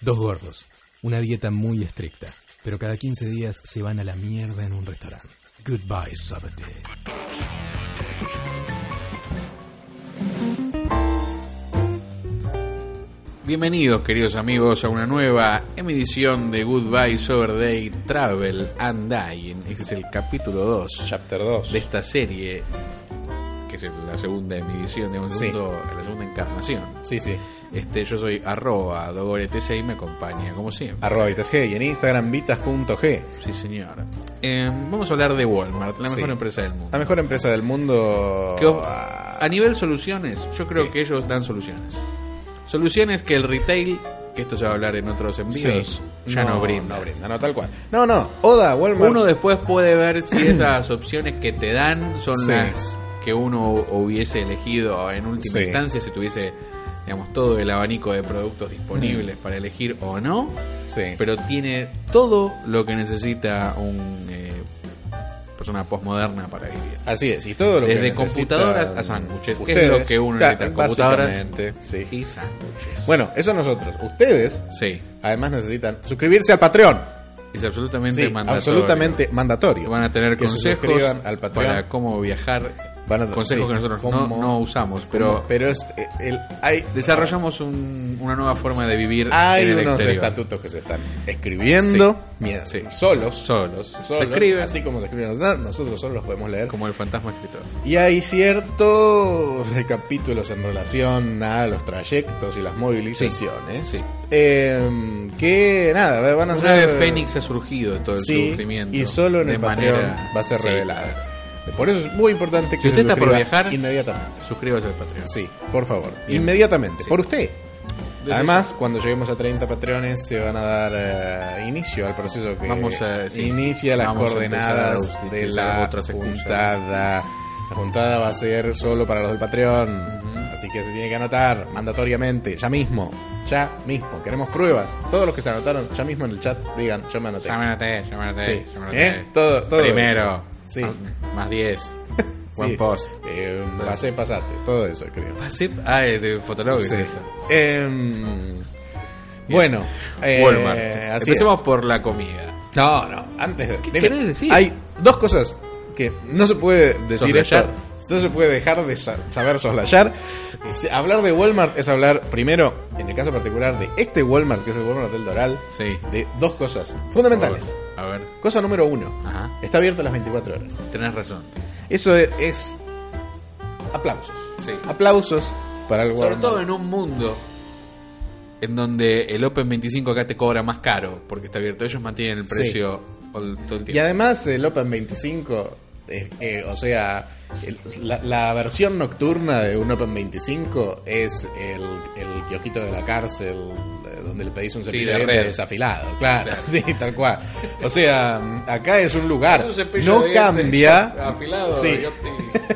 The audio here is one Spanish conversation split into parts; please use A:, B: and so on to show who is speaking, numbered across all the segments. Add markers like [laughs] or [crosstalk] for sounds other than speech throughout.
A: Dos gordos. Una dieta muy estricta. Pero cada 15 días se van a la mierda en un restaurante. Goodbye, Sabbath.
B: Bienvenidos, queridos amigos, a una nueva emisión de Goodbye Sober Day Travel and Dying. Este es el capítulo 2
C: Chapter 2.
B: de esta serie, que es la segunda emisión, digamos, el
C: Sí.
B: segundo- la segunda encarnación.
C: Sí, sí.
B: Este, yo soy arroba dogoretc y me acompaña, como siempre.
C: Arroba VitasG y en Instagram Vitas.g.
B: Sí, señor. Eh, vamos a hablar de Walmart, la mejor
C: Sí.
B: empresa del mundo.
C: La mejor empresa del mundo.
B: Que of- a nivel soluciones, yo creo
C: Sí.
B: que ellos dan soluciones. Soluciones que el retail, que esto se va a hablar en otros envíos, ya no, brinda.
C: No brinda, no, tal cual. No, no. Oda, Walmart.
B: Uno después puede ver si esas opciones que te dan son
C: Sí.
B: las que uno hubiese elegido en última
C: Sí.
B: instancia, si tuviese digamos todo el abanico de productos disponibles
C: Mm.
B: para elegir o no,
C: Sí.
B: pero tiene todo lo que necesita un eh, persona postmoderna para vivir.
C: Así es, y todo lo que
B: Desde
C: necesitan
B: computadoras a sándwiches, que es
C: ustedes.
B: lo que uno
C: Ta-
B: necesita, computadoras
C: básicamente, sí.
B: y sándwiches.
C: Bueno, eso nosotros. Ustedes,
B: Sí,
C: además, necesitan suscribirse al Patreon.
B: es absolutamente
C: Sí,
B: mandatorio.
C: absolutamente mandatorio.
B: Van a tener
C: Que se
B: consejos
C: suscriban al Patreon.
B: para cómo viajar.
C: Van a-
B: consejos
C: sí,
B: que nosotros no,
C: cómo-
B: no usamos, pero
C: Pero es, eh, el, hay,
B: desarrollamos un- una nueva forma de vivir
C: hay
B: en el
C: unos
B: exterior.
C: estatutos que se están escribiendo mira,
B: Sí.
C: solos.
B: Solos. Se
C: solos,
B: escriben
C: Así como se escriben nosotros, nosotros solo los podemos leer.
B: como el fantasma escritor.
C: Y hay ciertos [laughs] capítulos en relación a los trayectos y las movilizaciones.
B: Sí, sí.
C: Eh, que nada, van a
B: Una
C: ser.
B: vez Fénix ha surgido de todo el
C: Sí,
B: sufrimiento.
C: Y solo en
B: de
C: el
B: manera-
C: Patreon va a ser
B: Sí,
C: revelado.
B: claro.
C: Por eso es muy importante que
B: Si
C: se
B: usted está por
C: suscriba
B: viajar-
C: inmediatamente.
B: Suscríbase al Patreon.
C: Sí, por favor,
B: Bien.
C: inmediatamente,
B: Sí.
C: por usted.
B: Desde
C: Además, cuando lleguemos a 30 patrones se van a dar eh, inicio al proceso que
B: Vamos a- sí.
C: inicia las
B: Vamos a
C: coordenadas
B: empezar a
C: de
B: utilizar
C: la
B: otras excusas.
C: juntada. La juntada va a ser solo para los del Patreon, así que se tiene que anotar mandatoriamente, ya mismo, ya mismo. Queremos pruebas. Todos los que se anotaron ya mismo en el chat digan, yo me anoté.
B: Llámate, llámate,
C: Sí.
B: llámate.
C: ¿Eh? Todo- todo
B: Primero.
C: eso. Sí.
B: Ah, Más
C: [laughs]
B: 10. Buen
C: Sí.
B: post.
C: Eh, pasé, pasate, todo eso creo.
B: Pasé- Ah, eh, de Fotolog. es
C: Sí.
B: eso.
C: Em, bueno, eh,
B: Walmart.
C: así
B: Empecemos
C: es.
B: por la comida.
C: No, no, antes de. dime,
B: querés decir?
C: Hay dos cosas que no se puede decir
B: Soslayar.
C: esto. No se puede dejar de sa- saber soslayar. Si- Hablar de Walmart es hablar, primero, en el caso particular de este Walmart, que es el Walmart del Doral,
B: Sí.
C: de dos cosas fundamentales.
B: A ver.
C: Cosa número uno,
B: Ajá.
C: está abierto las 24 horas.
B: Tenés razón.
C: Eso e- es. Aplausos.
B: Sí.
C: Aplausos para el Walmart.
B: Sobre todo en un mundo en donde el Open 25 acá te cobra más caro porque está abierto. Ellos mantienen el
C: Sí.
B: precio all- todo el tiempo.
C: Y además el Open 25, eh, eh, o sea, el- la, la versión nocturna de un Open 25 es el, el kiosquito de la cárcel eh, donde le pedís un
B: Sí,
C: cepillo
B: de
C: de dientes
B: red.
C: desafilado, claro, [laughs]
B: Claro.
C: sí, tal cual. O sea, acá es un lugar,
B: Es un cepillo
C: no
B: de dientes
C: cambia,
B: Afilado.
C: Sí.
B: yo te-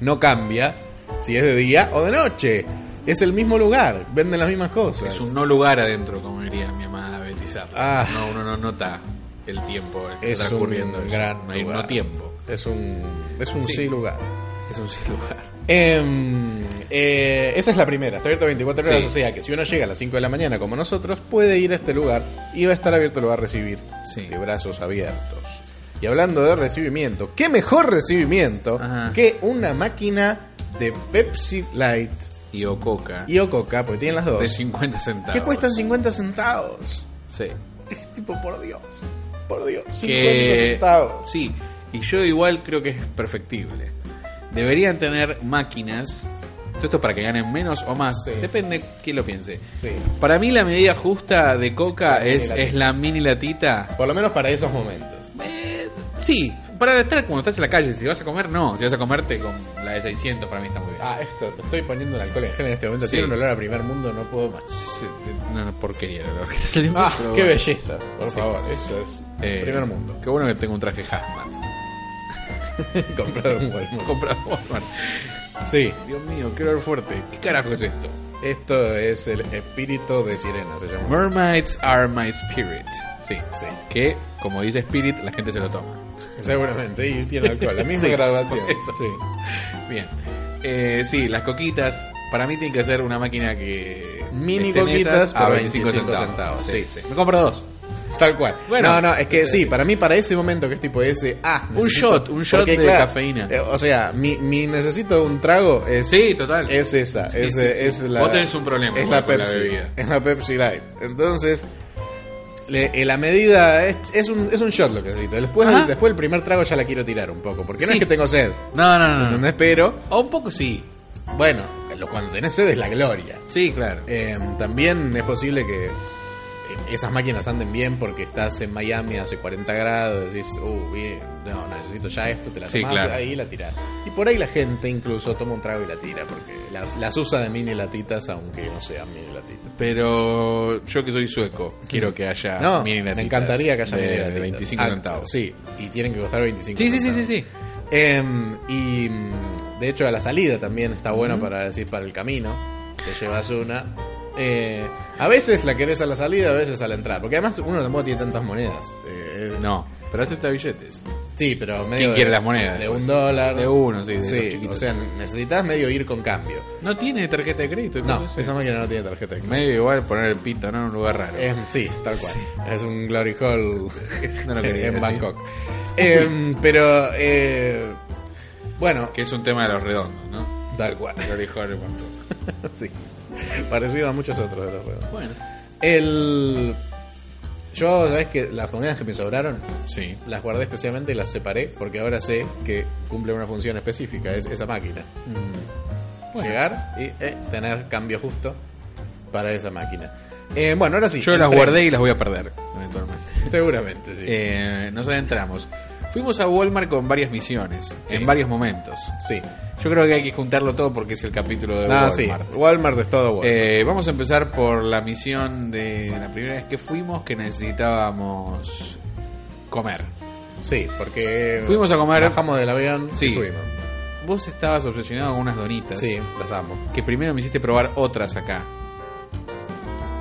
C: no cambia si es de día o de noche. Es el mismo lugar, venden las mismas cosas.
B: Es un no lugar adentro, como diría mi amada Betty Sarra.
C: Ah.
B: No, uno no nota el tiempo que
C: Es
B: está
C: un
B: ocurriendo. eso.
C: gran
B: no hay
C: lugar.
B: no tiempo.
C: es un, es un
B: Sí.
C: sí lugar.
B: Es un
C: [laughs]
B: sin lugar.
C: Em, eh, esa es la primera, está abierto 24 horas,
B: Sí.
C: o sea que si uno llega a las 5 de la mañana como nosotros, puede ir a este lugar y va a estar abierto, lo va a recibir
B: Sí.
C: de brazos abiertos. Y hablando de recibimiento, ¿qué mejor recibimiento
B: Ajá.
C: que una máquina de Pepsi Light
B: Y o coca.
C: y o Coca, porque tienen las
B: de
C: dos,
B: 50 centavos.
C: que cuestan 50 centavos?
B: Sí.
C: Es tipo, por Dios, por Dios, 50
B: Que-
C: centavos.
B: Sí. Y yo igual creo que es perfectible. Deberían tener máquinas. Todo esto para que ganen menos o más.
C: Sí.
B: Depende quién lo piense.
C: Sí,
B: Para mí la medida justa de coca
C: La mini
B: es,
C: latita.
B: es la mini latita.
C: por lo menos para esos momentos.
B: Eh, sí, para estar cuando estás en la calle, si vas a comer, no. Si vas a comerte con la de 600, para mí está muy bien.
C: Ah, esto, estoy poniendo el alcohol en gel en este momento,
B: Sí.
C: tiene un olor a primer mundo, no puedo más.
B: Sí, te- No, no, porquería la verdad que te salió,
C: Ah,
B: pero
C: qué
B: bueno.
C: belleza. Por
B: Sí.
C: favor, esto es
B: Eh,
C: primer mundo.
B: Qué bueno que tengo un traje
C: [laughs]
B: hazmat.
C: Comprar un Walmart.
B: Comprado en Walmart.
C: Sí,
B: Dios mío, qué olor fuerte. ¿Qué carajo es esto?
C: esto es el espíritu de sirena, se llama.
B: Mermaids are my spirit. Sí.
C: Sí,
B: Que, como dice Spirit, la gente se lo toma.
C: seguramente.
B: [laughs]
C: Y tiene alcohol, la misma
B: Sí,
C: graduación.
B: por eso.
C: Sí.
B: Bien. Eh, sí, las coquitas Para mí tiene que ser una máquina que.
C: Mini
B: estén esas
C: coquitas
B: a
C: por
B: 25 centavos. Sí, sí. Me compro dos.
C: Tal cual.
B: Bueno,
C: no, no, es que
B: entonces-
C: sí, para mí para ese momento que es tipo ese, ah,
B: Un shot, un shot
C: porque,
B: de cafeína.
C: eh, o sea, mi, mi necesito un trago es
B: Sí, total.
C: es esa,
B: Sí,
C: es,
B: sí, sí.
C: es la
B: Vos tenés un problema
C: es
B: igual
C: la
B: con la
C: Pepsi,
B: bebida.
C: es la Pepsi Light. Entonces le- eh, la medida es, es un, es un shot lo que necesito. Después,
B: Ajá.
C: después el primer trago ya la quiero tirar un poco. Porque no
B: Sí.
C: es que tengo sed,
B: No, no, no, no.
C: ¿entendés? Pero,
B: O un poco sí.
C: bueno, lo- cuando tenés sed es la gloria.
B: Sí, claro.
C: Eh, también es posible que eh, esas máquinas anden bien porque estás en Miami hace 40 grados, decís, uh, bien, no, necesito ya esto, te la
B: Sí,
C: tomás
B: claro.
C: ahí y la tirás. Y por ahí la gente incluso toma un trago y la tira, porque las, las usa de mini latitas, aunque no sean mini latitas.
B: Pero yo que soy sueco, quiero que haya
C: No,
B: mini latitas
C: me encantaría que haya
B: de,
C: mini
B: de
C: latitas.
B: 25
C: Ah,
B: centavos.
C: Sí, y tienen que costar 25
B: sí, sí, sí,
C: centavos.
B: sí, sí.
C: Em, y mm, de hecho a la salida también está bueno para decir para el camino. Te llevas una. Eh, a veces la querés a la salida, a veces a la entrada. Porque además uno tampoco tiene tantas monedas. Eh, es-
B: No, pero acepta billetes.
C: Sí, pero medio.
B: ¿Quién
C: de-
B: quiere las monedas?
C: De
B: pues?
C: un dólar.
B: De uno, sí. de los
C: Sí,
B: chiquitos.
C: o sea, necesitas medio ir con cambio.
B: no tiene tarjeta de crédito.
C: No,
B: cosas así.
C: esa máquina no tiene tarjeta de crédito.
B: Medio igual poner el pito ¿no? en un lugar raro.
C: Em, sí, tal cual. Es un glory hall
B: [laughs] No lo quería
C: [laughs] en
B: decir.
C: Bangkok. Em, pero, eh, bueno,
B: Que es un tema de los redondos, ¿no?
C: tal cual. [laughs]
B: Lo dijo el Bangkok.
C: Sí. Parecido a muchos otros de los juegos.
B: Bueno,
C: El. Yo, ¿sabes que Las monedas que me sobraron
B: sí.
C: las guardé especialmente y las separé porque ahora sé que cumple una función específica, es esa máquina. Llegar y eh, tener cambio justo para esa máquina. Eh, bueno, ahora sí.
B: Yo las
C: entremos.
B: guardé y las voy a perder, eventualmente.
C: Seguramente, sí.
B: Eh, nos adentramos. Fuimos a Walmart con varias misiones,
C: Sí.
B: en varios momentos.
C: sí.
B: Yo creo que hay que juntarlo todo porque es el capítulo de
C: No,
B: Walmart.
C: Ah, sí. Walmart es todo Walmart.
B: Eh, vamos a empezar por la misión de la primera vez que fuimos, que necesitábamos comer.
C: sí, porque.
B: Fuimos a comer.
C: Bajamos del avión.
B: Sí.
C: y fuimos.
B: Vos estabas obsesionado con unas donitas.
C: Sí, las amo.
B: Que primero me hiciste probar otras acá.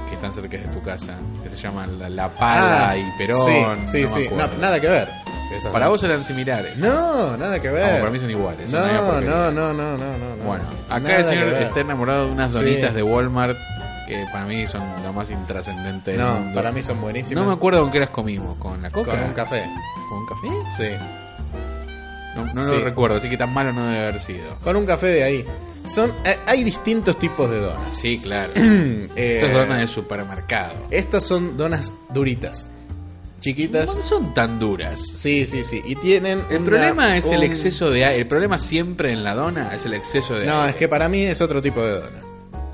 B: Que están cerca de tu casa. Que se llaman La, La Pala
C: Ah,
B: y Perón.
C: Sí, sí,
B: no me
C: sí. No,
B: acuerdo.
C: nada que ver. Esas
B: Para
C: no.
B: vos eran similares.
C: No, nada que ver.
B: No, para mí son iguales, son
C: No,
B: una
C: no,
B: porquería.
C: no, no, no, no, no.
B: Bueno, acá
C: Nada
B: el
C: que
B: señor
C: ver.
B: está enamorado de unas
C: Sí.
B: donitas de Walmart que para mí son lo más intrascendente del
C: No,
B: mundo.
C: para mí son buenísimas.
B: No me acuerdo con qué las comimos, con la coca.
C: Con un café.
B: ¿Con un café?
C: Sí.
B: No, no
C: Sí.
B: lo recuerdo, así que tan malo no debe haber sido.
C: Con un café de ahí. Son, eh, hay distintos tipos de donas. [clears throat]
B: Sí, claro.
C: Eh,
B: Estas donas de supermercado.
C: estas son donas duritas.
B: No
C: Chiquitas.
B: son tan duras.
C: Sí, sí, sí. Y tienen.
B: El
C: una-
B: problema es el
C: un-
B: exceso de aire. El problema siempre en la dona es el exceso de
C: No,
B: aire.
C: es que para mí es otro tipo de dona.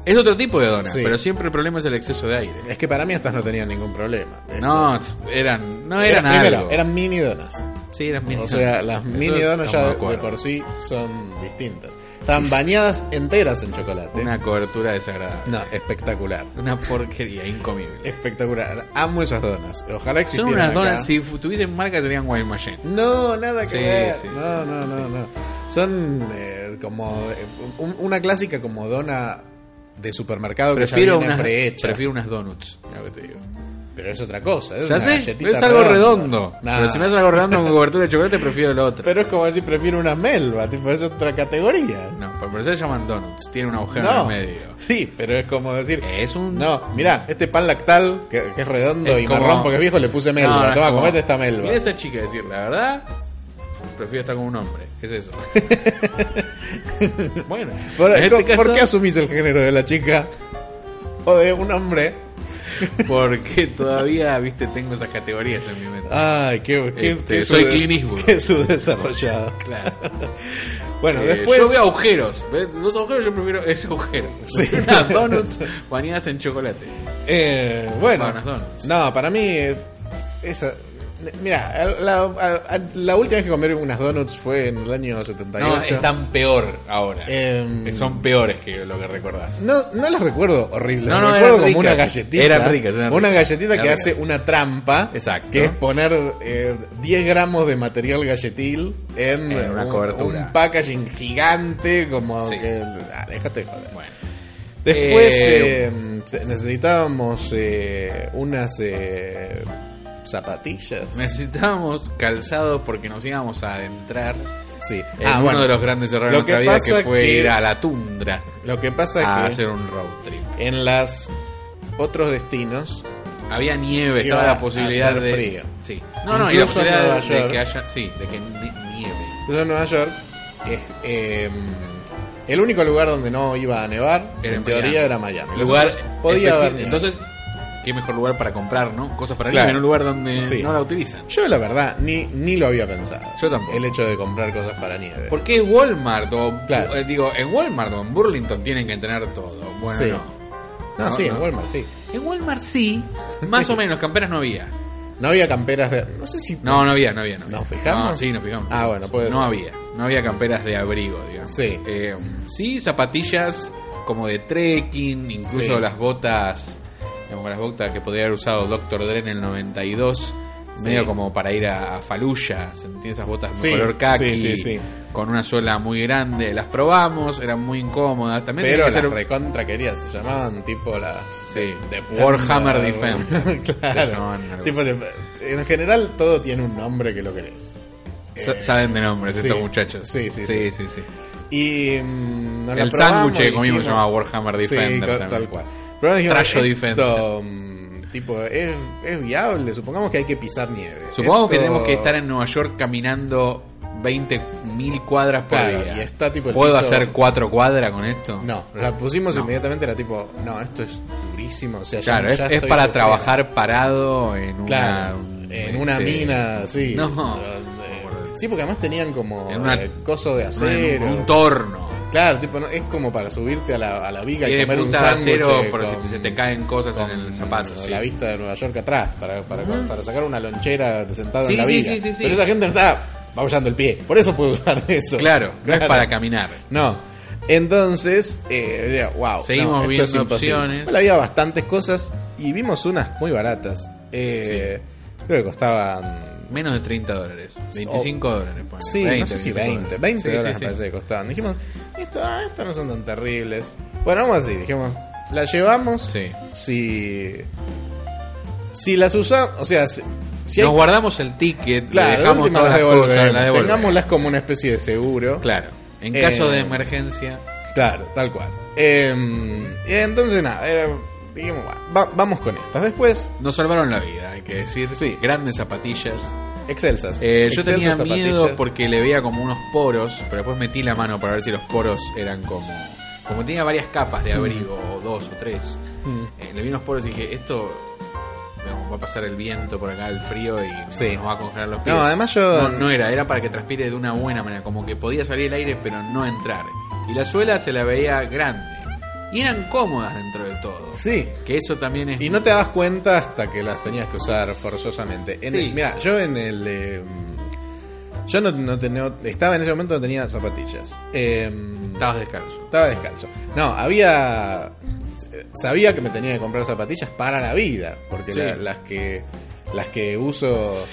B: Es otro tipo de dona,
C: Sí.
B: pero siempre el problema es el exceso de aire.
C: Es que para mí estas no tenían ningún problema.
B: No,
C: Eh, Entonces,
B: eran, no eran
C: era- primero,
B: algo.
C: eran mini donas.
B: sí, eran mini
C: O sea,
B: donas.
C: las
B: Eso
C: mini donas ya
B: estamos
C: de,
B: de acuerdo.
C: por sí son distintas. Están bañadas enteras en chocolate.
B: Una cobertura desagradable.
C: No, espectacular.
B: Una porquería incomible.
C: Espectacular. Amo esas donas. Ojalá
B: Son
C: existieran.
B: unas
C: acá.
B: donas, si fu- tuviesen marca serían Guaymallén.
C: No, nada que
B: Sí,
C: ver.
B: sí,
C: no,
B: sí,
C: no, no, no. Son eh, como eh, un- una clásica como dona de supermercado
B: Prefiero
C: que ya viene
B: unas,
C: prehecha.
B: prefiero unas donuts. ya que te digo.
C: Pero es otra cosa. Es
B: Ya
C: una
B: sé,
C: galletita
B: es algo
C: redonda.
B: redondo.
C: Nah.
B: Pero si me haces algo redondo con cobertura de chocolate, prefiero lo otro.
C: Pero es como decir prefiero una melva, tipo, es otra categoría.
B: No, por eso se llaman donuts. Tiene un agujero en
C: No.
B: el medio.
C: Sí, pero es como decir,
B: Es un.
C: No, mirá, este pan lactal, que, que es redondo
B: Es
C: y
B: como-
C: marrón porque es viejo, le puse melva.
B: No, no es
C: Toma,
B: como-
C: comete esta melva.
B: Mira esa chica decir, la verdad, prefiero estar con un hombre. ¿Qué es
C: [laughs]
B: eso? bueno,
C: ¿Por,
B: en
C: ¿por
B: este caso,
C: qué asumís el género de la chica? O de un hombre.
B: porque todavía, viste, tengo esas categorías en mi mente.
C: Ay, qué... qué-
B: Este,
C: qué
B: soy
C: su-
B: Clint Eastwood.
C: Qué subdesarrollado.
B: Claro.
C: [laughs] Bueno,
B: Eh,
C: después...
B: Yo veo agujeros. ¿ves? Los agujeros yo prefiero ese
C: [laughs]
B: agujero. [laughs] Unas donuts bañadas en chocolate.
C: eh, bueno.
B: Para unas donuts.
C: No, para mí... eh, Esa... Mira, la, la- la última vez que comí unas donuts fue en el año 78.
B: No, están peor ahora.
C: Em,
B: Eh, Son peores que lo que recordás.
C: No, no las recuerdo horribles.
B: No,
C: No,
B: no,
C: recuerdo
B: eran
C: como una
B: ricas.
C: galletita.
B: Eran ricas, eran
C: Una
B: ricas.
C: galletita
B: Eran
C: que
B: ricas.
C: hace una trampa.
B: Exacto.
C: Que es poner eh, 10 gramos de material galletil en,
B: En una
C: un,
B: cobertura.
C: un packaging gigante. Como
B: Sí.
C: que. ah, déjate de joder.
B: Bueno.
C: Después
B: Eh,
C: eh, se- necesitábamos eh, unas eh, zapatillas.
B: Necesitábamos calzado porque nos íbamos a adentrar
C: Sí.
B: Es
C: Ah,
B: uno
C: bueno.
B: de los grandes errores de
C: Lo
B: nuestra
C: que
B: vida
C: pasa
B: que fue
C: que-
B: ir a la tundra
C: Lo que
B: a
C: pasa es que
B: hacer un road trip.
C: en las otros destinos
B: Había nieve,
C: Iba
B: estaba la
C: a
B: posibilidad
C: hacer
B: de.
C: frío.
B: Sí. No, no, y la
C: Incluso en
B: posibilidad
C: Nueva
B: de,
C: York.
B: que haya. Sí, de que ni- nieve.
C: Yo en Nueva York, es, eh, el único lugar donde no iba a nevar,
B: Era
C: en
B: en
C: teoría,
B: Miami.
C: era Miami.
B: Lugar.
C: podía
B: especi-
C: haber nieve.
B: Entonces, qué mejor lugar para comprar, ¿no? Cosas para el
C: Claro.
B: nieve, en un lugar donde
C: Sí.
B: no la utilizan.
C: Yo, la verdad, ni, ni lo había pensado.
B: Yo tampoco.
C: El hecho de comprar cosas para nieve.
B: ¿Por qué Walmart? O,
C: Claro.
B: eh, digo, en Walmart o en Burlington tienen que tener todo. Bueno,
C: Sí.
B: no.
C: no,
B: no,
C: sí,
B: no.
C: en Walmart, sí.
B: En Walmart
C: [laughs]
B: sí, más o menos, camperas no había.
C: No había camperas de. No sé si.
B: No, no había, no había. No había.
C: ¿Nos fijamos?
B: No, sí, nos fijamos.
C: Ah, bueno, puede
B: No
C: ser.
B: había, no había camperas de abrigo, digamos.
C: Sí.
B: Eh, sí, zapatillas como de trekking, incluso
C: Sí.
B: las botas, digamos, las botas que podría haber usado Dr. Dre en el 92,
C: Sí.
B: medio como para ir a, a Faluya, ¿se entiende? Esas botas de
C: Sí,
B: color khaki,
C: sí, sí, sí.
B: con una suela muy grande. Las probamos, eran muy incómodas. También tenía
C: Pero las
B: que ser-
C: recontra querías, se llamaban tipo las. eh,
B: Sí,
C: Defender.
B: Warhammer
C: [laughs]
B: Defender. Se
C: claro.
B: llamaban algo
C: Tipo
B: así.
C: de- en general todo tiene un nombre que lo querés.
B: Sa-
C: Eh,
B: Saben de nombres
C: sí.
B: estos muchachos.
C: Sí, sí,
B: sí. sí, sí.
C: Eh, Y mm, nos la
B: El
C: probamos
B: sándwich que
C: y
B: comimos se
C: dijimos-
B: llamaba Warhammer
C: Sí,
B: Defender.
C: tal-
B: también.
C: tal cual. Pero dijimos,
B: Trayo
C: esto, mm, tipo, ¿es, es viable. Supongamos que hay que pisar nieve.
B: Supongamos que
C: Esto-
B: tenemos que estar en Nueva York caminando 20.000 cuadras por
C: Claro,
B: día.
C: y está tipo el
B: ¿Puedo
C: piso-
B: hacer cuatro cuadras con esto?
C: No, la pusimos
B: No.
C: inmediatamente, era tipo, no, esto es durísimo. O sea, ya-
B: Claro, es,
C: ya
B: es
C: estoy
B: para
C: sufriendo.
B: trabajar parado en una,
C: Claro,
B: un-
C: en una
B: este,
C: mina, sí.
B: No.
C: Donde- Sí, porque además tenían como
B: En una-
C: eh, coso de
B: no, en
C: acero.
B: un, un torno.
C: Claro, tipo, no, es como para subirte a la, a la viga y
B: Tiene
C: comer un
B: punta de
C: sándwich.
B: acero
C: eh,
B: por si
C: con-
B: te- se te caen cosas en
C: con
B: el zapato. sí.
C: La vista de Nueva York atrás, para, para, para sacar una lonchera sentado
B: Sí,
C: en la
B: sí,
C: viga.
B: sí, sí, sí.
C: Pero esa gente no está apoyando el pie, por eso puede usar [laughs] eso.
B: Claro, no es
C: Claro.
B: para caminar.
C: No. Entonces, eh, wow.
B: Seguimos
C: no, esto
B: viendo
C: es imposible.
B: opciones.
C: Bueno, había bastantes cosas y vimos unas muy baratas. Eh, Creo que costaban.
B: Menos de 30 dólares. 25 dólares. ponele,
C: Oh. Sí, no sé si
B: 25
C: 20.
B: dólares.
C: 20
B: Sí, sí,
C: dólares
B: sí.
C: me parece que costaban. Dijimos, esto, ah, estas no son tan terribles. Bueno, vamos así. Dijimos, la llevamos.
B: Sí.
C: Si. Si las usamos. O sea, si, si hay-
B: Nos guardamos el ticket,
C: Claro,
B: le
C: de
B: dejamos
C: última
B: todas
C: las
B: las cosas,
C: devolvemos.
B: las devolvemos.
C: Tengámoslas como una especie de seguro.
B: Claro. En
C: Eh,
B: caso de emergencia,
C: Claro, tal cual. Eh, entonces, nada, eh, dijimos, va- vamos con estas. Después,
B: nos salvaron la vida, hay que decir. Grandes zapatillas.
C: excelsas.
B: Eh, yo
C: Excelsas
B: tenía
C: zapatillas.
B: miedo porque le veía como unos poros, pero después metí la mano para ver si los poros eran como. Como tenía varias capas
C: Mm.
B: de abrigo, o dos o tres, eh, le vi unos poros y dije, esto. digamos, va a pasar el viento por acá, el frío y
C: Sí.
B: nos va a congelar los pies.
C: No, además
B: No,
C: yo.
B: no era, era para que transpire de una buena manera, como que podía salir el aire pero no entrar. Y la suela se la veía grande. Y eran cómodas dentro de todo.
C: Sí.
B: Que eso también es...
C: Y no te dabas cuenta hasta que las tenías que usar forzosamente. En
B: Sí.
C: el- mira, yo en el. eh, yo no, no tenía. Estaba en ese momento, no tenía zapatillas. Eh,
B: Estabas descalzo.
C: Estaba descalzo. No, había. Sabía que me tenía que comprar zapatillas para la vida. Porque
B: Sí.
C: la- las que. Las que uso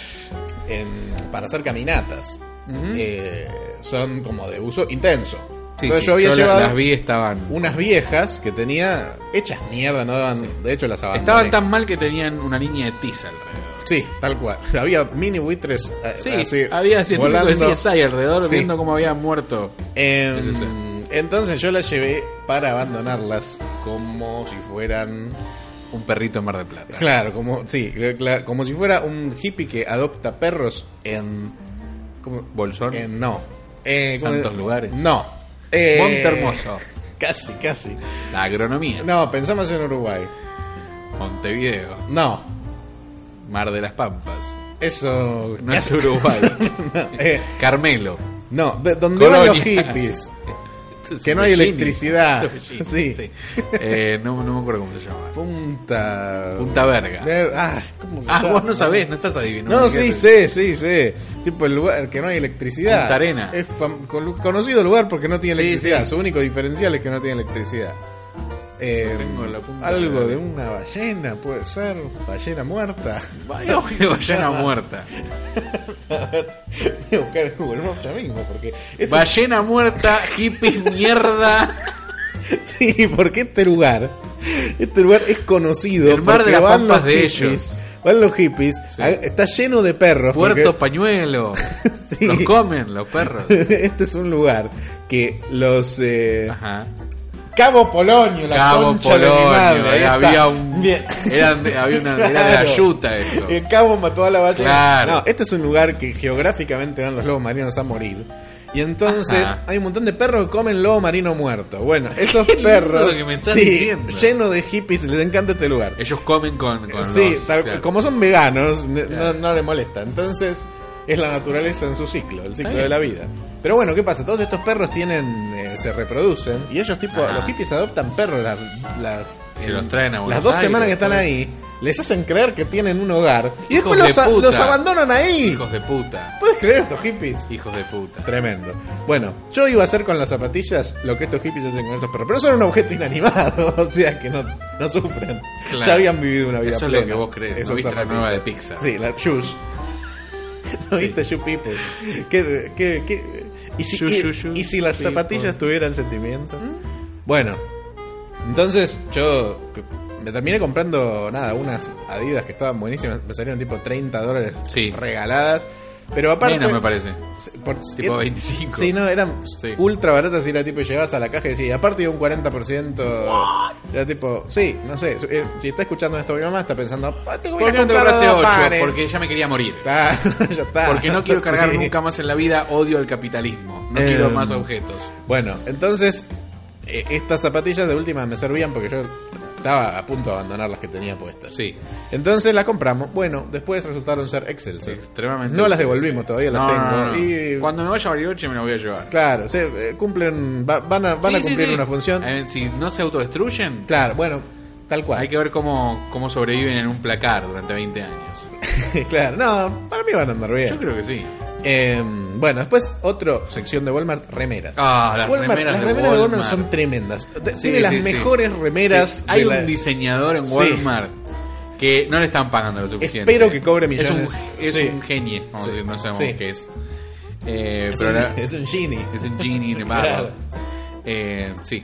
C: en- para hacer caminatas.
B: Ujú.
C: eh, son como de uso intenso.
B: Sí,
C: Entonces
B: sí,
C: yo había
B: la-
C: llevado
B: las vi estaban...
C: unas viejas que tenía hechas mierda, no daban. De hecho las abandoné.
B: Estaban tan mal que tenían una línea de tiza alrededor.
C: Sí, tal cual. [laughs] Había mini buitres. eh,
B: Sí,
C: así,
B: había científicos de
C: volando.
B: CSI alrededor
C: Sí.
B: viendo cómo habían muerto.
C: Em,
B: Ese sí.
C: entonces yo las llevé para abandonarlas como si fueran
B: Un perrito en Mar del Plata.
C: Claro, como sí, cla- como si fuera un hippie que adopta perros en como-
B: Bolsón.
C: en- no, eh, ¿cómo
B: Santos
C: es?
B: lugares.
C: No, eh,
B: Monte Hermoso.
C: Casi, casi.
B: La agronomía.
C: No, pensamos en Uruguay.
B: Montevideo.
C: No,
B: Mar de las Pampas.
C: eso
B: No es Uruguay.
C: [laughs] no, eh,
B: Carmelo.
C: no, de- donde van los
B: Colonia.
C: hippies.
B: Esto es
C: Que no
B: un
C: hay
B: Fellini.
C: electricidad.
B: Esto es Fellini,
C: Sí.
B: [laughs] Eh, no, no me acuerdo cómo se llama.
C: Punta
B: Punta Verga.
C: Ver- ah, ¿cómo se
B: Ah,
C: llama?
B: vos no sabés, no estás adivinando.
C: No,
B: Fíjate.
C: sí, sí, sí, sí. Tipo el lugar que no hay electricidad.
B: Punta Arena.
C: Es fam- con- conocido lugar porque no tiene
B: Sí,
C: electricidad.
B: sí.
C: Su único diferencial es que no tiene electricidad. Eh,
B: tengo la punta
C: algo
B: de-
C: de una ballena, puede ser. Ballena muerta. [laughs]
B: Vaya, ojo, de ballena muerta.
C: Voy a buscar en Google Maps ya mismo porque. es- [laughs]
B: Ballena muerta, hippies, mierda.
C: sí, porque este lugar. Este lugar es conocido.
B: El mar de
C: porque
B: las
C: van
B: pampas
C: los
B: de
C: hippies
B: ellos.
C: van los hippies, a- está lleno de perros.
B: Puerto
C: porque-
B: Pañuelo.
C: Sí.
B: Los comen, los perros.
C: [laughs] este es un lugar que los eh,
B: Ajá.
C: Cabo Polonio, la
B: Cabo
C: concha de mi
B: Polonio,
C: madre, ahí
B: eh,
C: está.
B: había un.
C: Bien.
B: eran de- había una, era de la
C: Claro. Eh,
B: yuta esto.
C: El cabo mató a la ballena.
B: Claro.
C: No, este es un lugar que geográficamente van los lobos marinos a morir. Y entonces
B: Ajá.
C: hay un montón de perros que comen lobo marino muerto. Bueno,
B: [laughs]
C: esos
B: lindo
C: perros,
B: lo que me estás
C: sí,
B: diciendo.
C: lleno de hippies, les encanta este lugar.
B: Ellos comen con. con
C: Sí,
B: los-
C: tal-
B: claro.
C: como son veganos, ne-
B: Claro.
C: no, no le molesta. Entonces, es la naturaleza en su ciclo, el ciclo
B: bien.
C: de la vida. Pero bueno, ¿qué pasa? Todos estos perros tienen eh, se reproducen y ellos, tipo,
B: Ajá.
C: los hippies adoptan perros. las- las-
B: Se los traen a Buenos
C: Las dos
B: Aires,
C: semanas que están
B: pues.
C: ahí, les hacen creer que tienen un hogar y
B: Hijos
C: después los,
B: de
C: a-
B: puta.
C: los abandonan ahí.
B: Hijos de puta.
C: ¿Puedes creer estos hippies?
B: Hijos de puta.
C: Tremendo. Bueno, yo iba a hacer con las zapatillas lo que estos hippies hacen con estos perros, pero son un objeto inanimado, [laughs] o sea que no, no sufren.
B: Claro.
C: Ya habían vivido una vida
B: Eso es
C: plena.
B: lo que vos crees, ¿no
C: Esas
B: viste la
C: zapatillas.
B: nueva de Pixar?
C: Sí, la
B: [laughs]
C: Shoes. ¿No viste Shoe People? ¿Qué, qué, qué? ¿Y, si,
B: Shoe,
C: qué-
B: shoe, shoe,
C: y si las
B: people.
C: zapatillas tuvieran sentimiento? Bueno, entonces yo c- me terminé comprando nada, unas Adidas que estaban buenísimas, me salieron tipo 30 dólares
B: Sí.
C: regaladas. Pero aparte.
B: Menos me parece.
C: Sí, por-
B: Tipo
C: eh,
B: 25.
C: Sí, no, eran
B: Sí.
C: ultra baratas y era tipo, llegabas a la caja y decías, aparte de un 40%, era tipo, sí, no sé, su- eh, si está escuchando esto mi mamá está pensando, "Ah, te voy
B: ¿Por
C: a
B: qué no te
C: comprar
B: compraste
C: dos
B: 8?
C: pares". Ah.
B: Porque ya me quería morir.
C: Está, [laughs] ya
B: [laughs]
C: está.
B: Porque no quiero cargar
C: Sí.
B: nunca más en la vida, odio al capitalismo. No
C: Eh,
B: quiero más objetos.
C: Bueno, entonces, eh, estas zapatillas de última me servían porque yo estaba a punto de abandonar las que tenía puestas.
B: Sí.
C: Entonces las compramos. Bueno, después resultaron ser excelsas.
B: Extremadamente.
C: No las devolvimos, todavía las
B: No,
C: tengo.
B: no, no, no.
C: Y
B: Cuando me vaya a Bariloche me las voy a llevar.
C: Claro, se, eh, cumplen, va- van a, van a
B: Sí, sí,
C: cumplir
B: sí.
C: una función.
B: Eh, si no se autodestruyen,
C: Claro, bueno, tal cual.
B: hay que ver cómo, cómo sobreviven en un placar durante 20 años.
C: [laughs] claro, no, para mí van a andar bien.
B: Yo creo que sí.
C: Eh, bueno, después otra sección de Walmart, remeras.
B: Ah, las remeras de
C: las remeras de Walmart
B: Walmart.
C: son tremendas. Te-
B: Sí,
C: Tiene las
B: sí, sí.
C: mejores remeras.
B: Sí. Hay
C: de
B: un
C: la-
B: diseñador en
C: Sí.
B: Walmart que no le están pagando lo suficiente.
C: Espero que cobre millones.
B: Es un, es
C: Sí.
B: un genio, vamos
C: Sí.
B: a decir, no sabemos
C: Sí.
B: qué es. Eh,
C: [laughs] Es
B: pero
C: un,
B: la-
C: es un genie.
B: es un genie de barro.
C: Claro.
B: Eh, sí,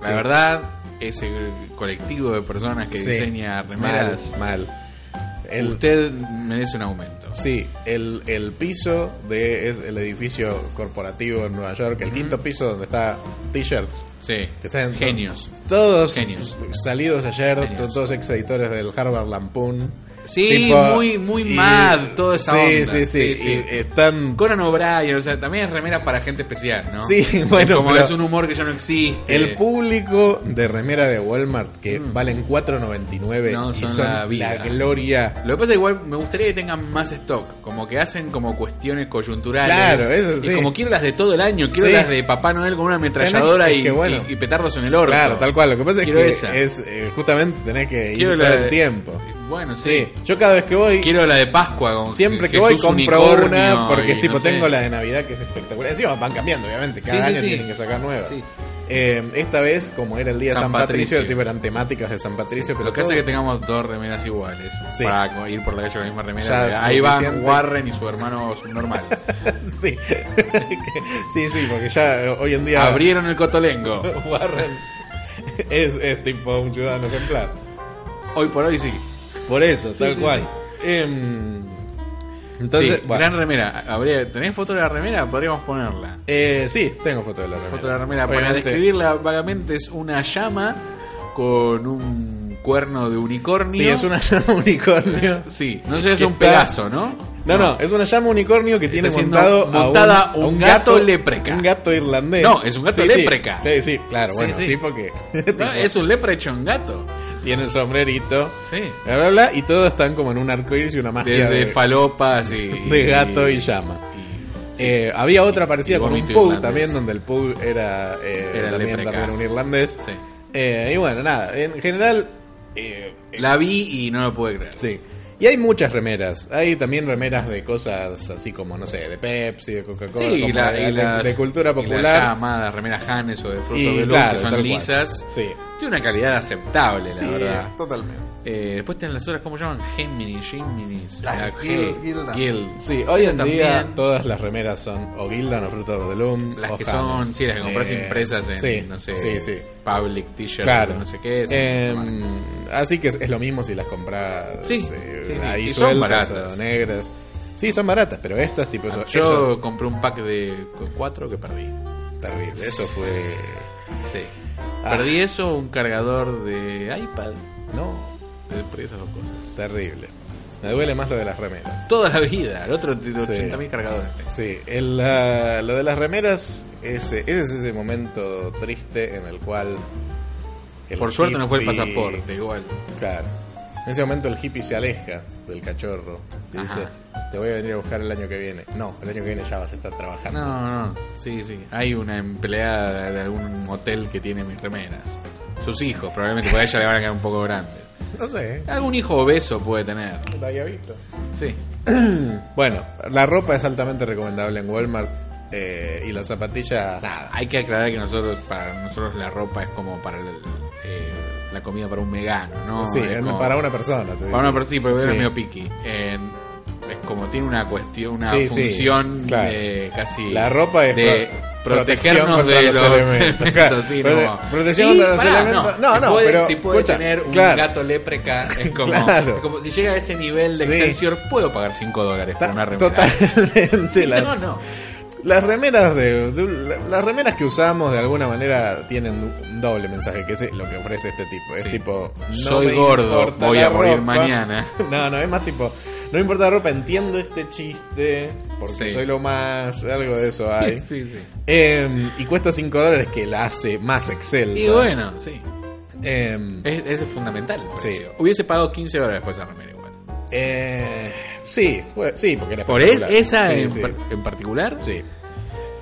B: la
C: Sí.
B: verdad, ese colectivo de personas que
C: Sí.
B: diseña
C: Mal,
B: remeras,
C: mal. El-
B: usted merece un aumento.
C: Sí, el, el piso de es el edificio corporativo en Nueva York, el quinto piso donde está T-shirts.
B: Sí,
C: Que están-
B: genios.
C: Todos
B: Genios.
C: salidos ayer,
B: Genios.
C: to- todos ex editores del Harvard Lampoon.
B: Sí, muy- muy mad, toda esa
C: sí,
B: onda.
C: Sí, sí,
B: Sí, sí.
C: y están.
B: Conan O'Brien, o sea, también es remera para gente especial, ¿no?
C: Sí, [laughs]
B: Es
C: bueno,
B: Como
C: pero-
B: es un humor que ya no existe.
C: El público de remera de Walmart que valen 4.99
B: No,
C: y
B: son
C: son
B: la vida.
C: gloria.
B: Lo que pasa igual me gustaría que tengan más stock, como que hacen como cuestiones coyunturales.
C: Claro, eso
B: Y
C: sí.
B: como quiero las de todo el año, quiero
C: Sí.
B: las de Papá Noel con una ametralladora
C: Tenés- es
B: y,
C: que bueno.
B: y- y petardos en el orto.
C: Claro, tal cual. Lo que pasa
B: Quiero
C: es que
B: esa.
C: es eh, justamente tenés que
B: Quiero
C: ir
B: la de-
C: el tiempo.
B: Bueno, sí.
C: Sí, yo cada vez que voy
B: Quiero la de Pascua con
C: Siempre que
B: Jesús
C: voy compro
B: unicornio
C: una porque
B: y
C: tipo
B: no sé.
C: tengo la de Navidad que es espectacular. Encima van cambiando, obviamente. Cada
B: Sí, sí,
C: año
B: sí.
C: tienen que sacar nuevas.
B: Sí.
C: Eh, esta vez, como era el día de
B: San
C: San, Patricio,
B: Patricio.
C: tipo, eran temáticas de San Patricio, pero
B: Lo que hace
C: todo-
B: que tengamos dos remeras iguales
C: Sí.
B: para co- ir por la calle con la misma remera.
C: Ya
B: de-
C: es
B: Ahí van
C: suficiente.
B: Warren y su hermano
C: [laughs]
B: normal.
C: sí. [laughs] sí, sí, porque ya eh, hoy en día
B: Abrieron el cotolengo.
C: [laughs] Warren es, es tipo un ciudadano ejemplar.
B: Hoy por hoy sí.
C: Por eso, tal
B: sí,
C: cual.
B: sí.
C: Em, entonces,
B: Sí,
C: bueno,
B: gran remera. Habría- ¿Tenés foto de la remera? Podríamos ponerla.
C: eh, sí, tengo foto de la remera.
B: Foto de la remera. Para
C: Obviamente,
B: describirla vagamente es una llama con un cuerno de unicornio.
C: Sí, es una [laughs] llama unicornio.
B: Sí, no sé, es
C: Que
B: un
C: está-
B: pedazo,
C: [laughs]
B: ¿no?
C: No, no, es una llama unicornio que tiene
B: siendo
C: montado a
B: montada un gato lepreca.
C: Un gato irlandés.
B: No, es un gato
C: Sí, sí.
B: lepreca.
C: Sí, sí, claro,
B: Sí,
C: bueno,
B: sí.
C: sí, porque [laughs]
B: No, es un leprechón gato.
C: tiene el sombrerito,
B: Sí.
C: bla, bla, bla, y todos están como en un arco iris y una magia
B: De,
C: de,
B: de falopas y.
C: [laughs] de gato y llama. Eh, había otra parecida
B: Y
C: con un
B: vómito
C: pug
B: irlandés.
C: también, donde el pug era, eh,
B: Era
C: también,
B: lepreca.
C: también un irlandés.
B: Sí.
C: Eh, y bueno, nada, en general... eh,
B: La vi y no lo pude creer.
C: Sí. Y hay muchas remeras. Hay también remeras de cosas así como, no sé, de Pepsi, de Coca-Cola,
B: Sí, y
C: como
B: la-
C: de,
B: y
C: de-
B: las-
C: de cultura
B: Y las ya
C: popular.
B: amadas remeras Hanes o de Fruto
C: Y,
B: de
C: claro,
B: que
C: tal
B: son
C: cual.
B: lisas.
C: Sí.
B: Tiene una calidad aceptable, la verdad.
C: totalmente.
B: Eh, después tienen las otras, ¿cómo llaman? Gemini, Geminis, la
C: Gil-
B: G,
C: Gildan.
B: Gil.
C: Sí, hoy en
B: Esas
C: día
B: también,
C: todas las remeras son o Gildan o Fruto de Loom.
B: las
C: o
B: que
C: Hanes.
B: son, sí, las que compras
C: Eh,
B: impresas en,
C: sí,
B: no sé,
C: sí, sí.
B: Public T-shirt,
C: Claro.
B: no sé qué. Es,
C: Eh, Así que es, es lo mismo si las compras eh,
B: Sí, sí, sí.
C: ahí
B: Y son
C: sueltas
B: baratas.
C: o negras. Sí, son baratas, pero estas, tipo, eso,
B: Yo
C: eso-
B: compré un pack de cu- cuatro que perdí.
C: terrible. Eso fue.
B: Sí.
C: Ah.
B: Perdí eso, un cargador de iPad. No, eh, perdí esas dos cosas.
C: Terrible. Me duele más lo de las remeras.
B: Toda la vida. El otro tiene
C: Sí.
B: 80.000 cargadores.
C: Sí, el, ah, lo de las remeras, ese, ese es ese momento triste en el cual. el
B: Por suerte no fue el
C: hippie-
B: pasaporte, igual.
C: Claro. En ese momento el hippie se aleja del cachorro y
B: Ajá.
C: dice: Te voy a venir a buscar el año que viene. No, el año que viene ya vas a estar trabajando.
B: No, no, sí, sí. Hay una empleada de algún hotel que tiene mis remeras. Sus hijos, probablemente, porque a ella le van a quedar un poco grandes.
C: No sé,
B: Algún hijo obeso puede tener.
C: no lo había visto.
B: Sí.
C: Bueno, la ropa es altamente recomendable en Walmart eh, y las zapatillas, nada.
B: Hay que aclarar que nosotros, para nosotros la ropa es como para el- eh, la comida para un vegano, ¿no?
C: sí,
B: Es
C: en-
B: como-
C: para una persona. te
B: Para una
C: digo.
B: persona, sí, pero es
C: Sí.
B: medio piqui. En- es como tiene una cuestión, una
C: Sí, sí,
B: función
C: claro.
B: de casi.
C: La ropa es
B: de
C: pro-
B: protegernos
C: protección
B: de los
C: contra los
B: [laughs]
C: elementos.
B: sí,
C: Prote-
B: no.
C: protección
B: Y,
C: contra los
B: pará,
C: elementos.
B: No,
C: No,
B: si
C: no,
B: puede,
C: pero,
B: si puede
C: escucha,
B: tener un
C: claro.
B: gato lepreca,
C: [laughs]
B: es como,
C: Claro.
B: es como si llega a ese nivel de
C: Sí.
B: Excelsior, puedo pagar 5 dólares por
C: Ta-
B: una remera. [laughs]
C: Totalmente. la-
B: No, no.
C: Las remeras de, de- la- las remeras que usamos de alguna manera tienen un doble mensaje, que es lo que ofrece este tipo. Es
B: Sí.
C: tipo, no
B: Soy
C: me
B: gordo,
C: importa
B: voy
C: la
B: a morir
C: ropa.
B: mañana.
C: [laughs] No, no, es más tipo, no me importa la ropa, entiendo este chiste,
B: Sí.
C: porque soy lo más, algo de eso hay.
B: Sí, sí.
C: Em, y cuesta 5 dólares que la hace más Excel.
B: Y bueno, sí.
C: Em,
B: Es, es fundamental. el
C: Sí.
B: precio. Hubiese pagado 15 dólares por esa remera igual.
C: eh, sí, pues, sí, porque era
B: Por es-
C: espectacular.
B: esa
C: Sí,
B: en,
C: sí,
B: par- en particular,
C: sí.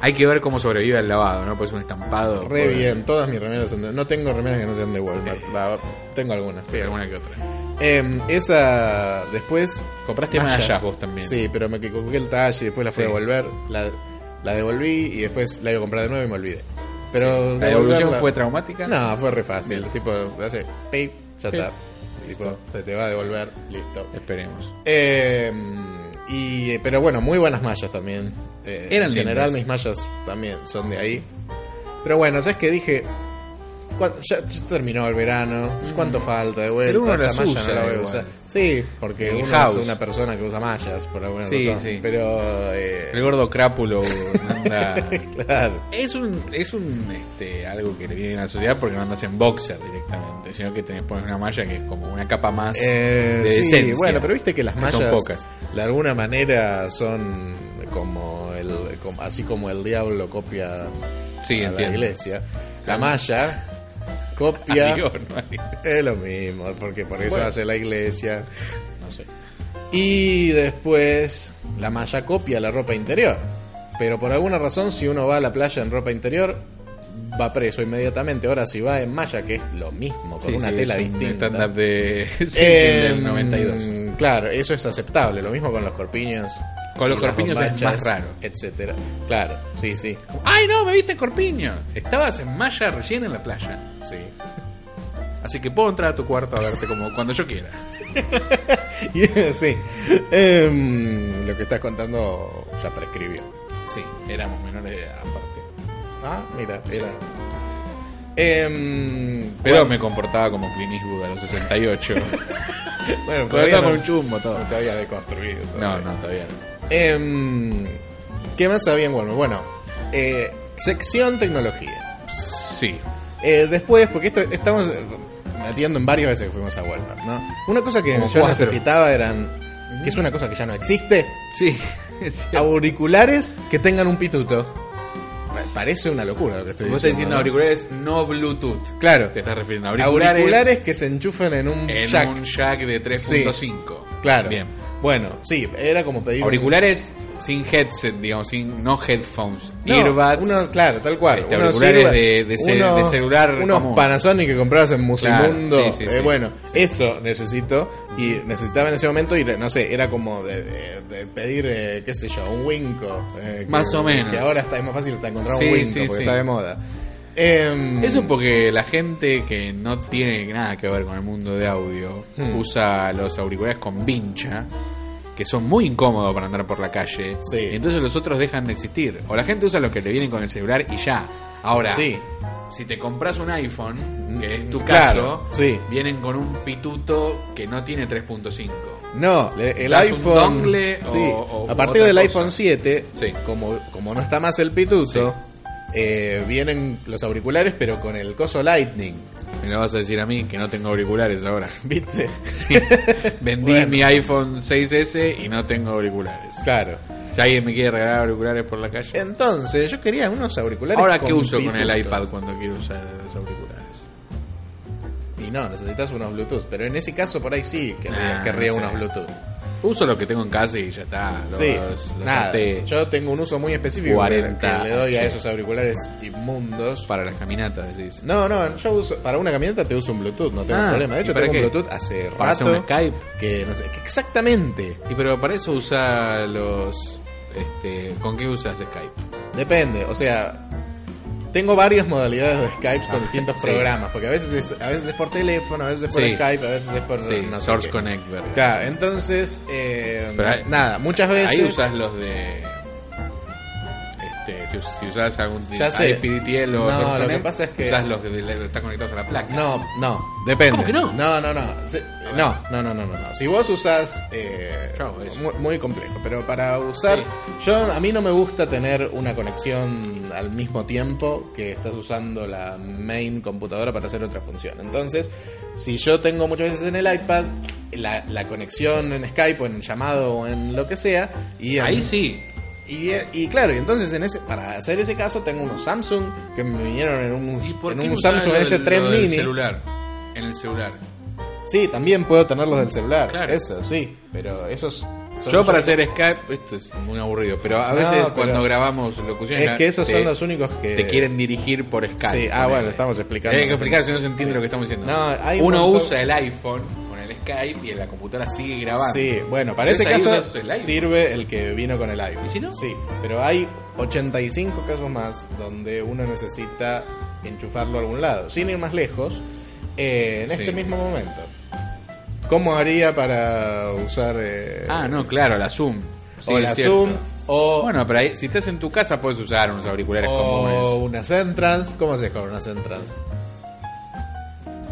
B: hay que ver cómo sobrevive el lavado, ¿no? Pues un estampado.
C: Re
B: pues-
C: bien, todas mis remeras son de- No tengo remeras que no sean de Walmart. Va, tengo algunas.
B: Sí, alguna que otra.
C: Em, esa. Después.
B: Compraste mallas vos también.
C: Sí, pero me que- cogí el talle y después la fui
B: Sí.
C: a devolver. La, la devolví y después la iba a comprar de nuevo y me olvidé. Pero.
B: ¿La devolución
C: devolverla-
B: fue traumática?
C: No, fue re fácil. Tipo, hace. pip, ya
B: Sí.
C: está. Tipo, se te va a devolver, listo.
B: Esperemos.
C: Em, y, pero bueno, muy buenas mallas también. Eh,
B: Eran
C: En general
B: lindas.
C: mis mallas también son de ahí. Pero bueno, ¿sabes qué? Dije, "Cua- ya, ya terminó el verano, ¿cuánto falta de vuelta?
B: Mm. Pero uno
C: Esta
B: las
C: malla
B: usa
C: no la voy a
B: igual.
C: usar". Sí, porque
B: El
C: uno
B: house.
C: es una persona que usa mallas, por alguna
B: Sí,
C: razón.
B: sí.
C: Pero, eh,
B: El gordo crápulo anda...
C: [laughs] claro.
B: Es un, es un este, algo que le viene a la sociedad porque no andas en boxer directamente, sino que tenés pones una malla que es como una capa más
C: Eh,
B: de
C: sí,
B: decencia.
C: bueno, pero viste que las
B: que
C: mallas
B: son pocas.
C: de alguna manera son como el como- así como el diablo copia
B: Sí,
C: a la
B: entiendo.
C: iglesia. La malla copia
B: Adiós, no hay- [laughs]
C: es lo mismo, porque por eso
B: Bueno.
C: hace la iglesia.
B: No sé.
C: Y después la malla copia la ropa interior. Pero por alguna razón si uno va a la playa en ropa interior va preso inmediatamente. Ahora si va en malla, que es lo mismo, con
B: Sí,
C: una
B: sí,
C: tela
B: es un
C: distinta.
B: stand-up de [laughs] sí, del
C: Em,
B: 92.
C: Claro, eso es aceptable. Lo mismo con los corpiños.
B: Con los
C: y las
B: corpiños es
C: bombachas,
B: más raro.
C: Etcétera. Claro, sí, sí.
B: ¡Ay, no! ¿Me viste corpiño? Estabas en malla recién en la playa.
C: sí.
B: Así que puedo entrar a tu cuarto a verte como cuando yo quiera.
C: [laughs] Y, sí. Em, lo que estás contando ya prescribió.
B: Sí, éramos menores de edad, aparte.
C: Ah, mira,
B: Sí.
C: era. Em,
B: Pero
C: bueno,
B: me comportaba como Clint Eastwood a los [laughs] 68.
C: bueno, todavía
B: Todavía
C: no,
B: con un chumbo todo.
C: no te había deconstruido.
B: No,
C: todavía.
B: no, todavía no.
C: Em, ¿Qué más había en Walmart? Bueno, eh, sección tecnología.
B: Sí.
C: Eh, después, porque esto estamos eh, metiendo en varias veces que fuimos a Walmart, ¿no? Una cosa que
B: Como
C: yo
B: cuatro.
C: necesitaba eran, que es una cosa que ya no existe,
B: Sí. es cierto.
C: [laughs] auriculares que tengan un pituto. Pa- Parece una locura lo que estoy
B: Vos estás diciendo
C: diciendo. ¿no?
B: auriculares no Bluetooth.
C: Claro.
B: Te estás refiriendo a
C: Auriculares,
B: auriculares,
C: que se enchufan en un
B: en
C: jack.
B: un jack de 3.5.
C: Claro.
B: Bien.
C: Bueno, sí, era como pedir un-
B: Auriculares sin headset, digamos, sin, no headphones.
C: No,
B: earbuds.
C: uno- claro, tal cual.
B: este,
C: unos
B: auriculares
C: earbuds,
B: de- de ce-
C: unos-
B: de celular
C: Unos
B: común.
C: Panasonic que comprabas en Musimundo.
B: Claro, sí, sí,
C: Eh,
B: sí.
C: bueno,
B: Sí.
C: eso necesito. Y necesitaba en ese momento, y no sé, era como de, de- de pedir, eh, qué sé yo, un Winco. eh, que-
B: Más o menos.
C: Que ahora está, es más fácil encontrar
B: Sí,
C: un Winco
B: sí,
C: porque
B: sí.
C: está de moda. Em,
B: Eso porque la gente que no Mm. tiene nada que ver con el mundo de audio usa los auriculares con vincha, que son muy incómodos para andar por la calle.
C: Sí.
B: Entonces los otros dejan de existir. O la gente usa los que le vienen con el celular y ya. Ahora,
C: Sí.
B: si te compras un iPhone, que es tu
C: Claro,
B: caso,
C: sí.
B: vienen con un pituto que no tiene 3.5.
C: No, le- el
B: Das un
C: iPhone.
B: dongle o-
C: sí,
B: o-
C: a
B: u
C: partir
B: otra
C: del
B: cosa.
C: iPhone 7,
B: Sí.
C: como, como no está más el pituto, eh, vienen los auriculares, pero con el coso Lightning.
B: Me lo vas a decir a mí que no tengo auriculares [laughs] ahora.
C: ¿Viste?
B: Sí. Vendí
C: Bueno.
B: mi iPhone 6S y no tengo auriculares.
C: Claro.
B: Si alguien me quiere regalar auriculares por la calle.
C: [laughs] Entonces, yo quería unos auriculares.
B: Ahora,
C: con
B: ¿qué uso con el
C: pituto.
B: iPad cuando quiero usar los auriculares?
C: Y no, necesitas unos Bluetooth. Pero en ese caso, por ahí sí querría,
B: Ah,
C: querría
B: no sé.
C: unos Bluetooth.
B: Uso lo que tengo en casa y ya está. Los,
C: sí,
B: los este
C: nada.
B: ante-
C: Yo tengo un uso muy específico
B: 40,
C: que le doy a
B: che.
C: esos auriculares inmundos.
B: para las caminatas, decís.
C: No, no, yo uso, para una camioneta te uso un Bluetooth, no tengo
B: Ah,
C: problema. De hecho,
B: ¿y para
C: tengo un
B: qué?
C: Bluetooth hace
B: Para hacer
C: rato.
B: un Skype.
C: Que no sé, que exactamente.
B: Y pero para eso usa los... Este, ¿Con qué usas Skype?
C: Depende, o sea, tengo varias modalidades de Skype con
B: Ah,
C: distintos
B: sí.
C: programas, porque a veces es, a veces es por teléfono, a veces es por
B: Sí.
C: Skype, a veces es por
B: Sí,
C: no sé
B: Source
C: qué.
B: Connect. ver.
C: Claro, entonces, eh,
B: Pero ahí-
C: nada, muchas veces
B: Ahí usas los de... Este, si, us- si usas algún
C: Ya sé.
B: IPDTL o
C: No,
B: Source
C: lo que
B: Connect,
C: pasa es que-
B: usas los que le- están conectados a la placa.
C: No, no, depende.
B: ¿Cómo que no?
C: No, no, no. Sí, no, no, no, no, no, no. Si vos usás. eh,
B: Chau, eso.
C: muy, muy complejo, pero para usar. Yo, a mí no me gusta tener una conexión al mismo tiempo que estás usando la main computadora para hacer otra función. Entonces, si yo tengo muchas veces en el iPad. La, la conexión en Skype o en llamado o en lo que sea. Y en-
B: Ahí sí.
C: y, y claro, y entonces en ese, para hacer ese caso tengo unos Samsung que me vinieron en un,
B: ¿Y por
C: en
B: qué
C: un
B: no usás
C: Samsung
B: lo del-
C: S3
B: lo del
C: mini.
B: celular. En el celular.
C: Sí, también puedo tenerlos del celular.
B: Claro.
C: Eso, sí. Pero esos. son
B: Yo para
C: los-
B: hacer Skype, esto es muy aburrido, pero a
C: No,
B: veces
C: pero-
B: cuando grabamos locuciones...
C: Es que esos
B: te-
C: son los únicos que.
B: Te quieren dirigir por Skype.
C: Sí, ah,
B: ponele.
C: bueno, estamos explicando.
B: Hay que explicar si no se entiende lo que estamos diciendo.
C: No, hay un
B: Uno
C: montón-
B: usa el iPhone con el Skype y en la computadora sigue grabando.
C: Sí, bueno, para ese
B: Entonces ahí
C: caso
B: usas el iPhone.
C: sirve el que vino con el iPhone.
B: ¿Y si no?
C: Sí, pero hay 85 casos más donde uno necesita enchufarlo a algún lado, sin ir más lejos, eh, en
B: Sí.
C: este mismo momento. ¿Cómo haría para usar eh,
B: Ah, no, claro, la Zoom. Sí,
C: o
B: es
C: la
B: cierto.
C: Zoom o,
B: Bueno, pero ahí, si estás en tu casa puedes usar unos auriculares
C: o
B: comunes.
C: una Centrans? ¿Cómo se con una Centrans?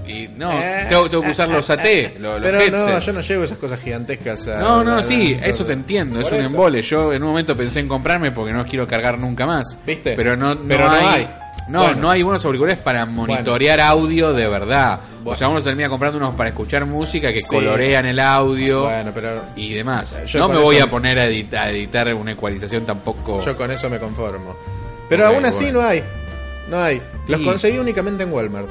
B: Y no,
C: Eh,
B: tengo, tengo que usar
C: eh,
B: los
C: eh,
B: AT,
C: [laughs] eh.
B: los, los
C: Pero no,
B: headsets.
C: yo no llevo esas cosas gigantescas. a-
B: No,
C: a-
B: no,
C: a-
B: sí,
C: a-
B: eso te entiendo, es
C: Por
B: un
C: eso.
B: embole. Yo en un momento pensé en comprarme porque no los quiero cargar nunca más.
C: ¿Viste?
B: Pero no, no,
C: Pero no
B: hay,
C: hay.
B: No,
C: Bueno.
B: no hay buenos auriculares para monitorear audio de verdad. O sea, uno termina comprando unos para escuchar música que
C: Sí.
B: colorean el audio
C: Bueno, pero
B: y demás.
C: Yo
B: no
C: con
B: me voy
C: eso-
B: a poner a edit- a editar, una ecualización tampoco.
C: Yo con eso me conformo. Pero
B: Ok,
C: aún así
B: bueno.
C: no hay. No hay. Los
B: Y-
C: conseguí únicamente en Walmart.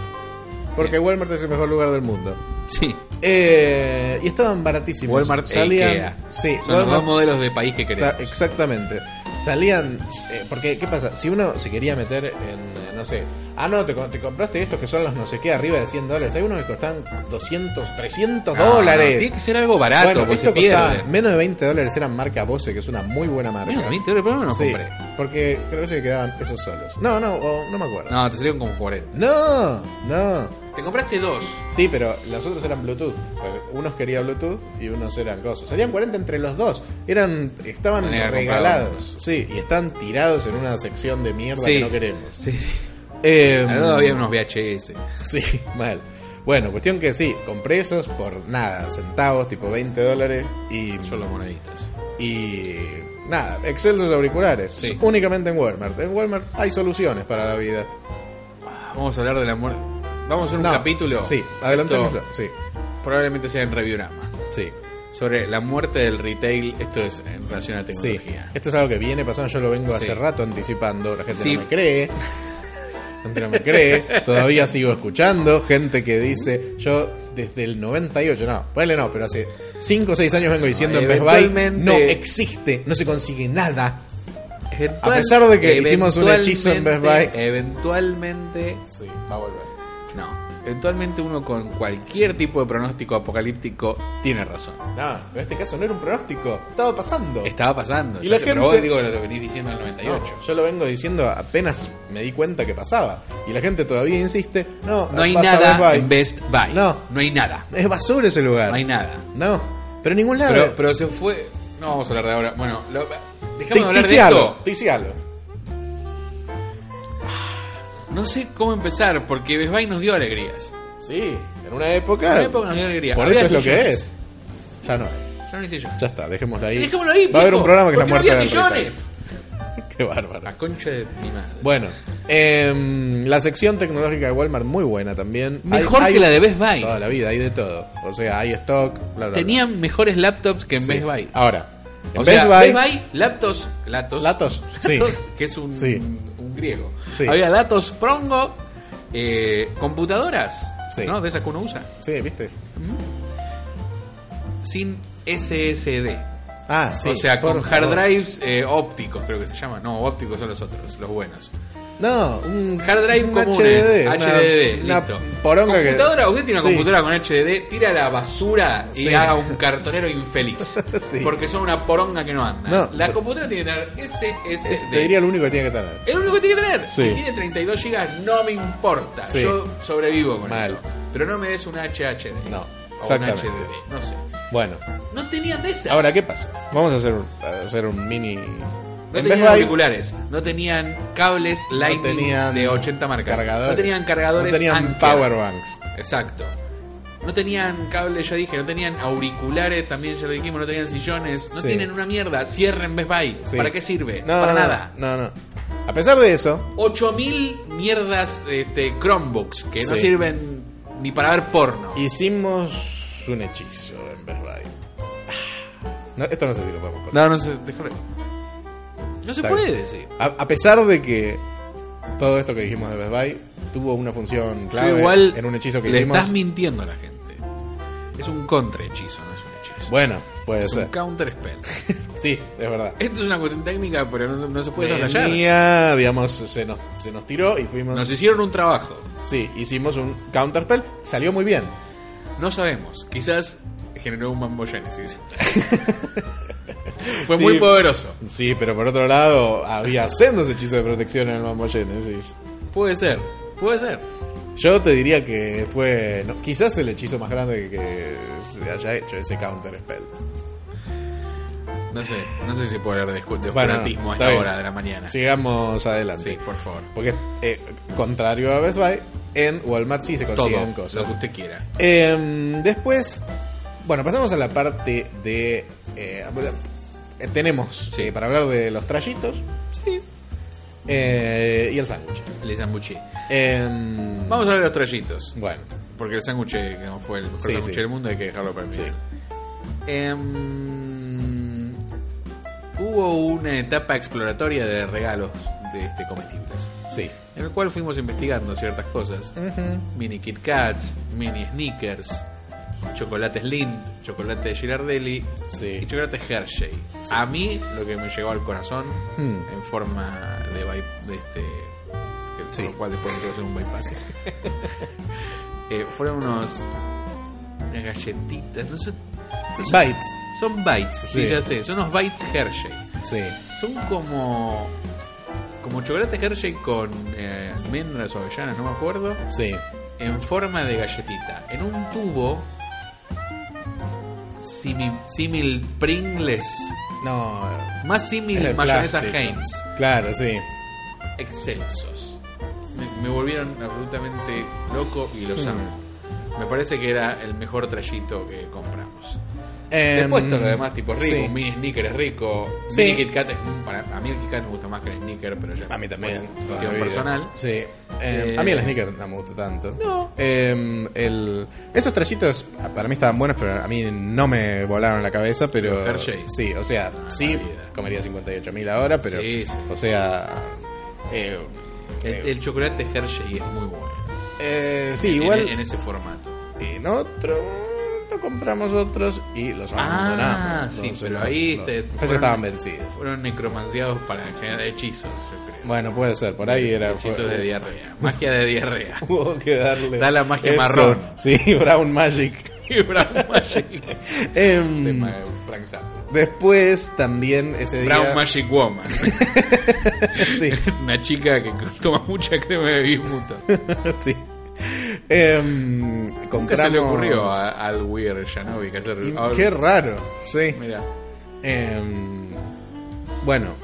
C: Porque
B: Bien.
C: Walmart es el mejor lugar del mundo.
B: Sí.
C: Eh, y estaban baratísimos.
B: Walmart [laughs] e
C: salían.
B: Ikea.
C: Sí,
B: Son los dos
C: Walmart-
B: modelos de país que
C: ta-
B: queremos.
C: exactamente. Salían. eh, porque, ¿qué pasa? Si uno se quería meter en. eh, No sé. Ah, no, te, co- te compraste estos que son los no sé qué arriba de 100 dólares. Hay unos que costan 200, 300
B: Ah, No, no,
C: dólares.
B: tiene que ser algo barato
C: Bueno,
B: porque
C: esto
B: se
C: costaba
B: pierde.
C: menos de 20 dólares. Eran marca Bose, que es una muy buena marca.
B: Menos de 20 dólares, pero no los
C: Sí,
B: compré.
C: Porque creo que se quedaban esos solos. No, no, o- no me acuerdo.
B: No, te salieron como 40.
C: No, no.
B: Te compraste dos.
C: Sí, pero los otros eran Bluetooth. Porque Unos quería Bluetooth y unos eran cosas. Serían 40 entre los dos. Eran, estaban
B: No había
C: regalados. Sí, y están tirados en una sección de mierda que no queremos.
B: Sí, mm. sí.
C: Eh,
B: Al lado había unos VHS.
C: [laughs] Sí, mal. Bueno, cuestión que sí, compré esos por nada, centavos, tipo 20 dólares. Y
B: Son los moneditas.
C: Y nada, excelsos auriculares.
B: Sí.
C: S- Únicamente en Walmart. En Walmart hay soluciones para la vida.
B: Vamos a hablar del amor. Vamos a hacer un
C: No,
B: capítulo.
C: Sí, adelante.
B: Esto
C: Sí,
B: Probablemente sea en Reviewrama.
C: sí,
B: Sobre la muerte del retail. Esto es en relación a
C: sí.
B: tecnología.
C: Esto es algo que viene pasando, yo lo vengo
B: Sí.
C: hace rato anticipando. La gente
B: Sí.
C: no me cree. La gente no me cree. Todavía sigo escuchando gente que dice, yo desde el 98, no, ponele no, pero hace 5 o 6 años vengo diciendo en Best Buy,
B: eventualmente-
C: no existe, no se consigue nada.
B: Eventual-
C: A pesar de que hicimos un hechizo en Best Buy.
B: Eventualmente.
C: Sí, va a volver.
B: No. Eventualmente uno con cualquier tipo de pronóstico apocalíptico tiene razón.
C: No, pero este caso no era un pronóstico, estaba pasando.
B: Estaba pasando.
C: Y
B: ya
C: la
B: sé,
C: gente-
B: Pero vos digo lo que venís diciendo en el 98.
C: No, yo lo vengo diciendo apenas me di cuenta que pasaba. Y la gente todavía insiste. No,
B: No hay
C: pasa Best
B: nada
C: Buy.
B: en Best Buy.
C: No.
B: No hay nada.
C: Es basura ese lugar.
B: No hay nada.
C: No, pero en ningún lado.
B: Pero, pero se fue. No vamos a hablar de ahora. Bueno, lo, dejamos de hablar de
C: Ticialo,
B: esto.
C: ticialo.
B: No sé cómo empezar, porque Besbay nos dio alegrías.
C: Sí, en una época.
B: En una época nos dio alegría.
C: Por
B: Había
C: eso es lo que
B: sillones.
C: es. Ya no.
B: Ya no hay sillones.
C: Ya está, dejémoslo ahí.
B: Dejémoslo ahí,
C: Va a haber
B: viejo,
C: un programa que
B: ¿por qué
C: está
B: no
C: muerto
B: había
C: de risa.
B: sillones?
C: [laughs] Qué bárbaro.
B: La concha de mi madre.
C: Bueno, em, la sección tecnológica de Walmart muy buena también. Hay-
B: Mejor
C: hay
B: que la de Best Buy.
C: Toda la vida, hay de todo. O sea, hay stock, bla, bla, bla.
B: Tenían mejores laptops que en
C: Sí.
B: Best Buy.
C: Ahora, en
B: O
C: Best,
B: sea,
C: Buy,
B: laptops, latos,
C: Latos, sí.
B: latos, que es un,
C: Sí.
B: un griego.
C: Sí.
B: Había latos prongo, eh, computadoras,
C: Sí.
B: ¿no? De esas que uno usa,
C: Sí, ¿viste?
B: sin SSD.
C: Ah, sí.
B: o sea, con
C: por
B: hard
C: favor.
B: drives eh, ópticos, creo que se llama. No, ópticos son los otros, los buenos.
C: No, un
B: Hard drive
C: un
B: comunes, HDD,
C: HDD, una- una
B: listo.
C: poronga que-
B: computadora, usted tiene una
C: Sí.
B: computadora con HDD, tira a la basura y
C: Sí.
B: haga un cartonero infeliz.
C: [laughs] Sí.
B: Porque son una poronga que no anda.
C: No.
B: la computadora tiene que tener SSD.
C: Es- Te diría lo único que tiene que tener.
B: Es lo único que tiene que tener.
C: Sí.
B: Si tiene 32 GB, no me importa.
C: Sí.
B: Yo sobrevivo con
C: Mal.
B: eso. Pero no me des un HHD.
C: No,
B: O un
C: exactamente.
B: HDD. No sé.
C: Bueno,
B: No tenían de esas.
C: ahora, ¿qué pasa? Vamos a hacer un, a hacer un mini...
B: No
C: en
B: tenían
C: Best Buy,
B: auriculares, no tenían cables Lightning
C: tenían
B: de 80 marcas,
C: cargadores,
B: no tenían cargadores,
C: no tenían
B: Anker.
C: power banks.
B: Exacto. No tenían cables, ya dije, no tenían auriculares, también ya lo dijimos, no tenían sillones, no
C: Sí.
B: tienen una mierda. Cierren Best Buy.
C: Sí.
B: ¿Para qué sirve?
C: No,
B: Para
C: no,
B: nada.
C: No, no. A pesar de eso,
B: 8000 mierdas este, Chromebooks que no
C: Sí.
B: sirven ni para ver porno.
C: Hicimos un hechizo en Best Buy. Ah, no, esto no sé si lo podemos contar.
B: No, no sé, déjalo. No se
C: Está
B: puede
C: bien.
B: decir.
C: A, a pesar de que todo esto que dijimos de Best Buy tuvo una función clave
B: Yo igual
C: en un hechizo que
B: le
C: hicimos.
B: estás mintiendo a la gente. Es un contrahechizo, no es un hechizo.
C: Bueno, puede
B: es
C: ser.
B: un counter spell.
C: Sí, es verdad.
B: Esto es una cuestión técnica, pero no, no se puede desarrollar.
C: Venía, digamos, se nos, se nos tiró y fuimos.
B: Nos hicieron un trabajo.
C: Sí, hicimos un counterspell. Salió muy bien.
B: No sabemos. Quizás generó un mambo
C: [laughs]
B: génesis. Fue
C: Sí.
B: muy poderoso.
C: Sí, pero por otro lado, había sendos hechizos de protección en el Mambo Genesis.
B: Puede ser. Puede ser.
C: Yo te diría que fue no, quizás el hechizo más grande que se haya hecho ese counter spell.
B: No sé. No sé si puede haber de, escu- de
C: Bueno,
B: oscurantismo a
C: está
B: esta
C: bien.
B: hora de la mañana. Sí,
C: Sigamos adelante.
B: por favor.
C: Porque, eh, contrario a Best Buy, en Walmart sí se consiguen
B: Todo. Lo
C: cosas.
B: que usted quiera.
C: Em, después, bueno, pasamos a la parte de... eh, eh, tenemos
B: Sí.
C: eh, para hablar de los trayitos
B: Sí.
C: eh, y el sándwich.
B: Le sambuché.
C: Em,
B: Vamos a ver los trayitos.
C: Bueno,
B: Porque el sándwich que no fue el mejor
C: Sí,
B: sándwich
C: sí.
B: del mundo hay que dejarlo para el
C: sí.
B: final. Em, hubo una etapa exploratoria de regalos de este comestibles,
C: Sí.
B: en el cual fuimos investigando ciertas cosas. Mini Kit Kats, mini Snickers, chocolates Lind, chocolate Girardelli
C: Sí.
B: Eh, y chocolate Hershey. A mí lo que me llegó al corazón
C: Hmm.
B: en forma de, byp- de este que-
C: Sí.
B: por lo cual después me quiero hacer un bypass. Eh, fueron unos unas galletitas, no sé, no sé
C: Bites.
B: son bites, sí.
C: Sí.
B: ya sé. Son unos bites Hershey.
C: Sí.
B: Son como. Como chocolate Hershey con eh, almendras o avellanas, no me acuerdo.
C: Sí.
B: En forma de galletita. En un tubo. simi- Símil Pringles.
C: No. eh,
B: Más
C: Es
B: símil
C: el
B: mayonesa
C: plástico.
B: Heinz.
C: Claro, sí.
B: Excelsos. Me, me volvieron absolutamente loco y los amo. Me parece que era el mejor trayito que compramos. Después todo lo demás, tipo rico,
C: Em, Sí.
B: un mini sneaker es rico,
C: Sí.
B: mini Kit Kat es, para, a mí el Kit Kat me gusta más que el sneaker, pero ya
C: A mí también.
B: bueno,
C: toda
B: cuestión
C: la vida.
B: personal.
C: Sí. Eh, a mí el sneaker no me gusta tanto.
B: No.
C: Eh, el, esos trayitos ah, para mí estaban buenos, pero a mí no me volaron la cabeza. Pero.
B: Los Hershey's.
C: Sí, o sea,
B: Ah,
C: sí,
B: la vida.
C: comería 58.000 ahora, pero.
B: Sí, sí.
C: O sea. eh,
B: El,
C: eh,
B: el chocolate Hershey es muy bueno.
C: eh, sí,
B: En-
C: igual.
B: en, ese formato.
C: En otro momento compramos otros y los abandonamos.
B: Ah, sí,
C: Entonces,
B: pero
C: los-
B: ahí
C: los-
B: te-
C: esos
B: fueron-
C: estaban vencidos.
B: Fueron necromanciados para generar hechizos, yo creo.
C: Bueno, puede ser, por ahí era.
B: hechizos
C: fue-
B: de diarrea. Magia de diarrea.
C: [laughs]
B: [laughs]
C: Hubo que darle.
B: Da la magia marrón.
C: Sí, [laughs] Brown Magic.
B: Y Brown Magic.
C: Em,
B: Tema de Frank Zappa.
C: después también ese día.
B: Brown Magic Woman.
C: [laughs]
B: [laughs]
C: Sí, [laughs]
B: Una chica que toma mucha crema de bismuto.
C: sí. Em, compramos.
B: Nunca se le ocurrió a- al Weir Janovic hacer.
C: Y-
B: al-
C: Qué raro, sí.
B: Mira,
C: Em, bueno,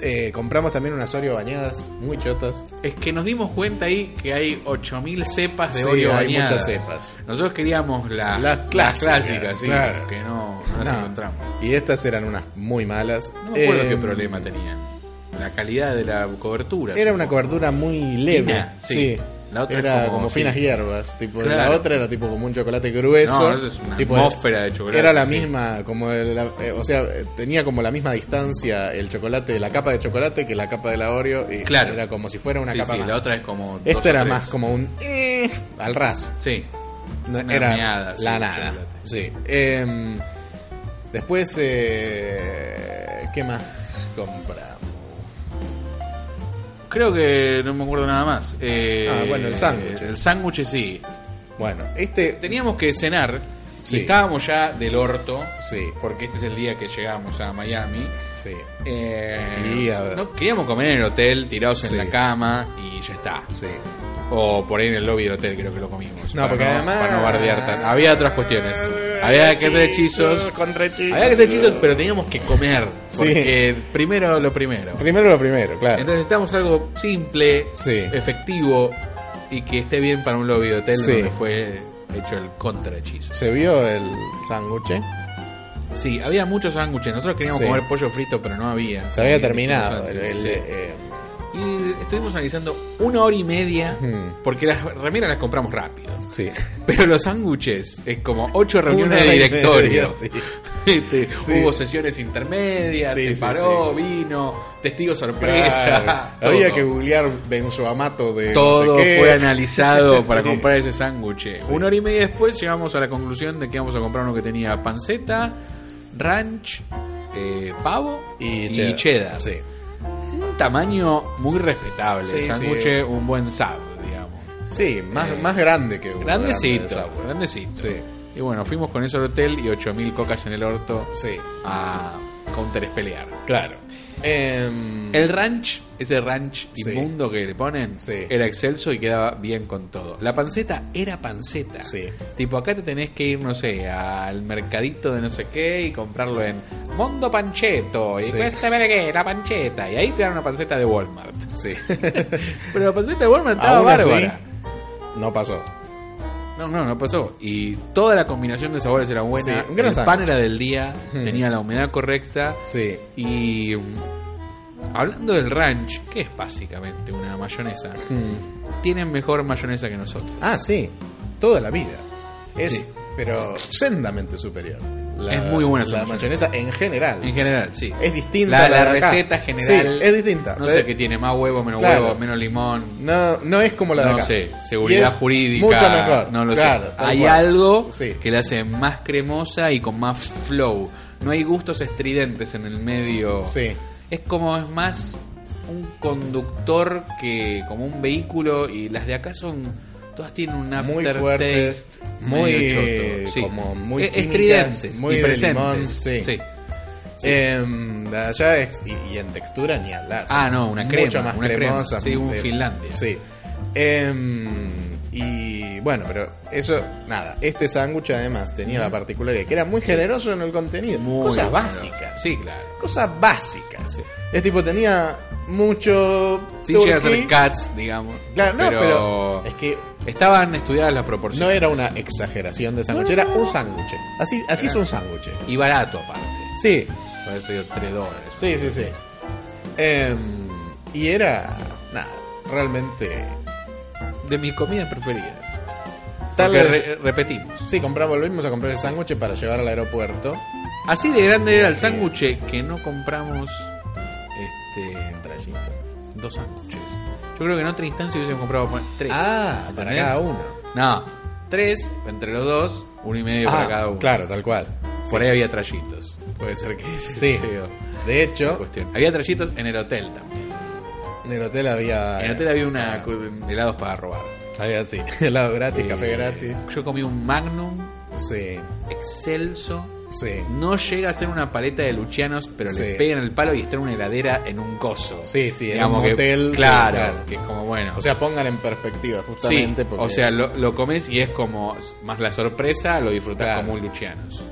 C: eh, compramos también unas Oreo bañadas, muy chotas.
B: Es que nos dimos cuenta ahí que hay 8000 cepas de
C: Sí,
B: Oreo
C: hay
B: bañadas.
C: muchas cepas.
B: Nosotros queríamos la-
C: Las clásicas,
B: sí,
C: claro.
B: que no, no las
C: No.
B: encontramos.
C: Y estas eran unas muy malas.
B: No me acuerdo
C: Em,
B: qué problema tenían. La calidad de la cobertura.
C: Era una cobertura muy leve.
B: Fina, sí.
C: sí.
B: La otra
C: era
B: es como-
C: como, finas
B: sí.
C: hierbas. Tipo, La
B: Claro.
C: otra era tipo como un chocolate grueso.
B: No, eso es una
C: tipo,
B: atmósfera de chocolate,
C: Era la
B: sí.
C: misma, como el- la- eh, o sea, eh, tenía como la misma distancia el chocolate, la capa de chocolate que la capa de la Oreo. Y
B: Claro.
C: Era como si fuera una
B: Sí,
C: capa
B: sí,
C: más.
B: la otra es como. dos o
C: Esta era
B: tres.
C: más como un eh, al ras.
B: Sí.
C: No,
B: Una
C: era
B: meada, sí,
C: la
B: de
C: nada.
B: chocolate.
C: Sí. Em, después, eh, ¿qué más compramos?
B: Creo que no me acuerdo nada más. Eh,
C: Ah, bueno, el sándwich.
B: El sándwich sí.
C: Bueno, este
B: Teníamos que cenar.
C: Sí.
B: Y estábamos ya del orto.
C: Sí.
B: Porque este es el día que llegamos a Miami.
C: Sí.
B: Eh,
C: Y, a ver.
B: no queríamos comer en el hotel, tirados
C: Sí.
B: en la cama y ya está.
C: Sí.
B: O por ahí en el lobby del hotel creo que lo comimos.
C: No,
B: para
C: porque además.
B: Para no bardear tan. Había otras cuestiones. Había que hacer hechizos.
C: Contra hechizos.
B: Había que hacer hechizos, pero teníamos que comer.
C: Sí.
B: Porque primero lo primero.
C: Primero lo primero, claro.
B: Entonces necesitamos algo simple,
C: Sí.
B: efectivo y que esté bien para un lobby de hotel
C: Sí.
B: donde fue hecho el contrahechizo.
C: Se vio el sándwich.
B: Sí, había muchos sándwiches. Nosotros queríamos
C: Sí.
B: comer pollo frito, pero no había.
C: Se había
B: Eh,
C: terminado. El, el-
B: sí.
C: eh,
B: Y estuvimos analizando una hora y media
C: Ujú.
B: porque las remeras las compramos rápido.
C: eh, sí.
B: Pero los sándwiches es como ocho reuniones de
C: Una hora y
B: directorio.
C: media, [laughs] sí.
B: [laughs] Este,
C: Sí.
B: Hubo sesiones intermedias,
C: Sí,
B: se
C: sí,
B: paró, vino, testigo sorpresa.
C: Claro.
B: todo.
C: Había que googlear benzoamato de. no
B: Todo
C: sé qué.
B: fue analizado
C: [laughs]
B: para
C: Sí.
B: comprar ese sándwich. Una hora y media después llegamos a la conclusión de que íbamos a comprar uno que tenía panceta, ranch, eh, pavo
C: Y,
B: cheddar.
C: Sí.
B: Un tamaño muy respetable.
C: Sí,
B: el sándwich,
C: sí.
B: un buen sab, digamos.
C: Sí, más,
B: Eh,
C: más grande que uno.
B: Grandecito,
C: grande de Subway.
B: grandecito.
C: Sí.
B: Y bueno, fuimos con eso al hotel y 8000 cocas en el orto
C: Sí,
B: a counter espelear.
C: claro. Em,
B: El ranch, ese ranch
C: Sí.
B: inmundo que le ponen,
C: Sí.
B: era excelso y quedaba bien con todo. La panceta era panceta.
C: Sí.
B: Tipo, acá te tenés que ir, no sé, al mercadito de no sé qué y comprarlo en Mondo Pancheto. Y
C: Sí.
B: cuesta ver qué, la pancheta. Y ahí te dan una panceta de Walmart.
C: Sí.
B: [laughs] Pero la panceta de Walmart estaba
C: Aún así,
B: bárbara.
C: no pasó.
B: No, no, no pasó. Y toda la combinación de sabores era buena.
C: Sí, un gran
B: el pan
C: sándwich.
B: era del día,
C: Hmm.
B: tenía la humedad correcta.
C: Sí.
B: Y mm, hablando del ranch, que es básicamente una mayonesa, tienen mejor mayonesa que nosotros.
C: Mm. Ah, sí, toda la vida. Es,
B: Sí.
C: pero sendamente superior. La-
B: Es muy buena esa
C: la
B: mayonesa.
C: mayonesa en general.
B: En general, sí.
C: es distinta.
B: La-
C: a
B: la
C: de acá.
B: receta general-
C: Sí, es distinta.
B: No
C: La
B: sé
C: de-
B: qué tiene, más huevo, menos
C: Claro.
B: huevo, menos limón.
C: No, no es como la de
B: No
C: acá.
B: sé,
C: Y
B: seguridad
C: es
B: jurídica.
C: Mucho mejor.
B: No lo
C: Claro,
B: sé.
C: tal
B: Hay
C: cual.
B: algo
C: Sí.
B: que la hace más cremosa y con más flow. No hay gustos estridentes en el medio.
C: Sí.
B: Es como es más un conductor que como un vehículo y las de acá son todas tienen un
C: Muy
B: aftertaste
C: fuertes,
B: medio
C: muy,
B: choto, sí.
C: como muy
B: Eh,
C: químicas,
B: estridentes
C: muy
B: y
C: de limón,
B: presentes.
C: sí.
B: Sí.
C: Em, la de allá es, y, y en textura ni hablar.
B: Ah, no, una crema,
C: Mucho más
B: una crema.
C: cremosa.
B: Sí, un
C: eh,
B: Finlandia.
C: Sí. Em, y bueno, pero eso, nada. Este sándwich además tenía la particularidad que era muy generoso en el contenido.
B: Muy
C: cosas
B: bueno.
C: básicas.
B: Sí, claro.
C: Cosas básicas.
B: Sí.
C: Es tipo, tenía mucho.
B: Sin llegar a ser
C: turkey.
B: cats, digamos.
C: Claro, no, pero. Es que
B: Estaban estudiadas las proporciones.
C: no era una exageración de sándwich, era un sándwich. Así, así es un sándwich.
B: Y barato aparte.
C: Sí,
B: Por eso dio 3 dólares.
C: Sí, sí, sí. Em, y era. Nada, realmente.
B: De mis comidas preferidas.
C: Tal
B: Porque
C: vez-
B: re- repetimos.
C: Sí, compramos, volvimos a comprar el sándwich para llevar al aeropuerto.
B: Así de grande era el
C: Sí.
B: sándwich que no compramos este dos sándwiches. Yo creo que en otra instancia hubiésemos comprado pa- tres.
C: Ah, para
B: ¿Entendés?
C: cada uno.
B: No, tres entre los dos, uno y medio para
C: Ah,
B: cada uno.
C: Claro, tal cual.
B: Por ahí había trayitos. Puede ser que ese
C: Sí.
B: sea
C: De
B: la
C: hecho,
B: cuestión. Había trayitos en el hotel también.
C: en el hotel había.
B: En el hotel había una cu- helados para robar.
C: Había, sí, [laughs] helado gratis, café
B: Eh,
C: gratis.
B: Yo comí un Magnum
C: Sí,
B: excelso.
C: sí.
B: No llega a ser una paleta de luchianos, pero le
C: Sí.
B: pegan el palo y está en una heladera en un coso.
C: Sí, sí, en
B: Digamos
C: un
B: que-
C: hotel, sí,
B: Claro,
C: claro.
B: que es como bueno.
C: O sea, pongan en perspectiva,
B: sí,
C: justamente. porque
B: o sea, lo, lo comes y es como más la sorpresa, lo disfrutás
C: Claro.
B: como un luchianos.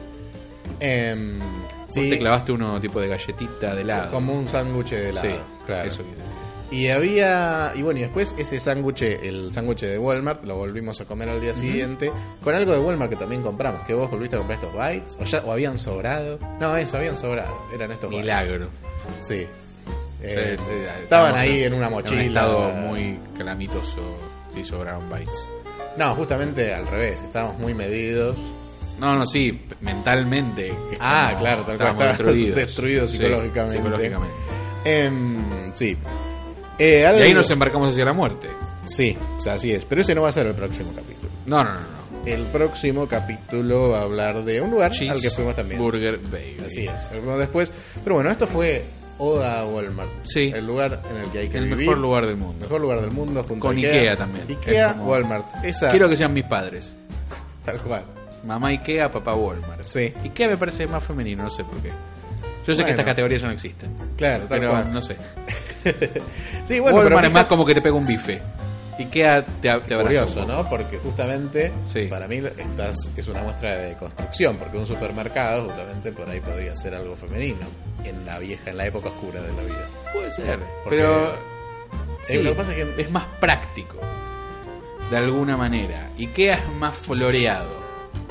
C: Em,
B: Vos
C: sí,
B: te clavaste uno tipo de galletita de helado.
C: como un sándwich de helado.
B: Sí,
C: claro.
B: Eso quise.
C: Y había. Y bueno, y después ese sándwich, el sándwich de Walmart, lo volvimos a comer al día siguiente. Con algo de Walmart que también compramos. Que vos volviste a comprar estos bites. O, ya, o habían sobrado. No, eso, habían sobrado. Eran estos bites.
B: Milagro.
C: Sí. Eh,
B: Sí, sí,
C: estaban
B: estamos
C: ahí
B: en-
C: en una
B: En
C: mochila.
B: un estado muy calamitoso. Sí, sobraron bites.
C: No, justamente al revés. Estábamos muy medidos.
B: No, no, sí, p- mentalmente. que
C: Ah,
B: estamos-
C: claro, tal cual, [laughs]
B: estábamos
C: estábamos
B: destruidos.
C: destruidos
B: Sí,
C: psicológicamente.
B: psicológicamente.
C: Em, sí. Eh,
B: Y
C: algo-
B: ahí nos em- embarcamos hacia la muerte.
C: Sí, o sea, así es. Pero ese no va a ser el próximo capítulo.
B: No, no, no. no.
C: El próximo capítulo va a hablar de un lugar
B: Cheese
C: al que fuimos también.
B: Burger Baby.
C: Así es, algunos después. Pero bueno, esto fue Oda a Walmart.
B: Sí.
C: El lugar en el que hay que
B: El
C: vivir.
B: mejor lugar del mundo.
C: Mejor lugar del mundo junto
B: Con
C: a
B: Ikea también.
C: Ikea,
B: Es como-
C: Walmart. Esa,
B: Quiero que sean mis padres.
C: tal cual.
B: Mamá Ikea, papá Walmart.
C: Sí.
B: Ikea me parece más femenino, no sé por qué. Yo sé
C: Bueno.
B: que estas categorías ya no existen.
C: Claro, tal
B: Pero
C: cual.
B: no sé.
C: Sí, bueno,
B: Walmart
C: pero
B: es más como que te pega un bife. Ikea te, a- te abraza.
C: curioso,
B: un poco.
C: ¿no? Porque justamente
B: Sí.
C: para mí estás, es una muestra de construcción, porque un supermercado justamente por ahí podría ser algo femenino en la vieja, en la época oscura de la vida.
B: Puede ser.
C: Porque-
B: Pero.
C: Eh, lo que pasa es que-
B: es más práctico. De alguna manera. Ikea es más floreado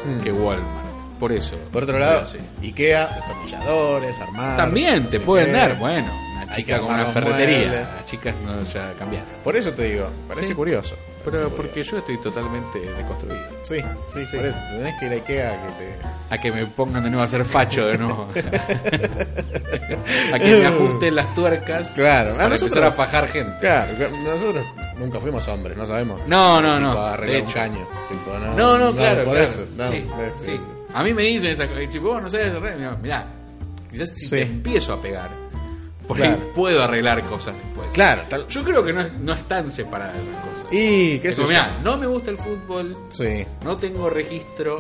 C: Mm.
B: que Walmart. Por eso.
C: Por otro lado,
B: Pero sí.
C: Ikea, destornilladores, armados.
B: También te pueden dar, bueno, una
C: Hay que
B: chica con
C: armar
B: una
C: los
B: ferretería.
C: muebles.
B: Las chicas no ya cambiaron.
C: Por eso te digo, parece
B: Sí.
C: curioso.
B: Pero
C: Parece
B: porque yo estoy totalmente deconstruido.
C: Sí, sí,
B: Sí.
C: Por eso, tenés que ir a Ikea que te.
B: A que me pongan de nuevo a hacer facho de nuevo. o [laughs] sea. a que me ajusten las tuercas.
C: Claro, a
B: para
C: nosotros-
B: empezar a fajar gente.
C: Claro, que nosotros nunca fuimos hombres, no sabemos.
B: No, no,
C: Tipo,
B: no,
C: arreglar
B: de
C: un
B: hecho.
C: caño. Tipo, no,
B: No, no, claro,
C: Por
B: claro.
C: eso, no,
B: sí,
C: es- eh,
B: sí. A mí me dicen esa cosa. y Tipo, vos no sabes arreglar. Mirá, mirá, quizás si
C: Sí.
B: te empiezo a pegar. Porque
C: Claro.
B: puedo arreglar cosas después.
C: Claro, tal.
B: Yo creo que no, es- no están separadas esas cosas.
C: Y qué
B: Es
C: sé
B: como,
C: yo.
B: mirá, no me gusta el fútbol,
C: Sí,
B: no tengo registro,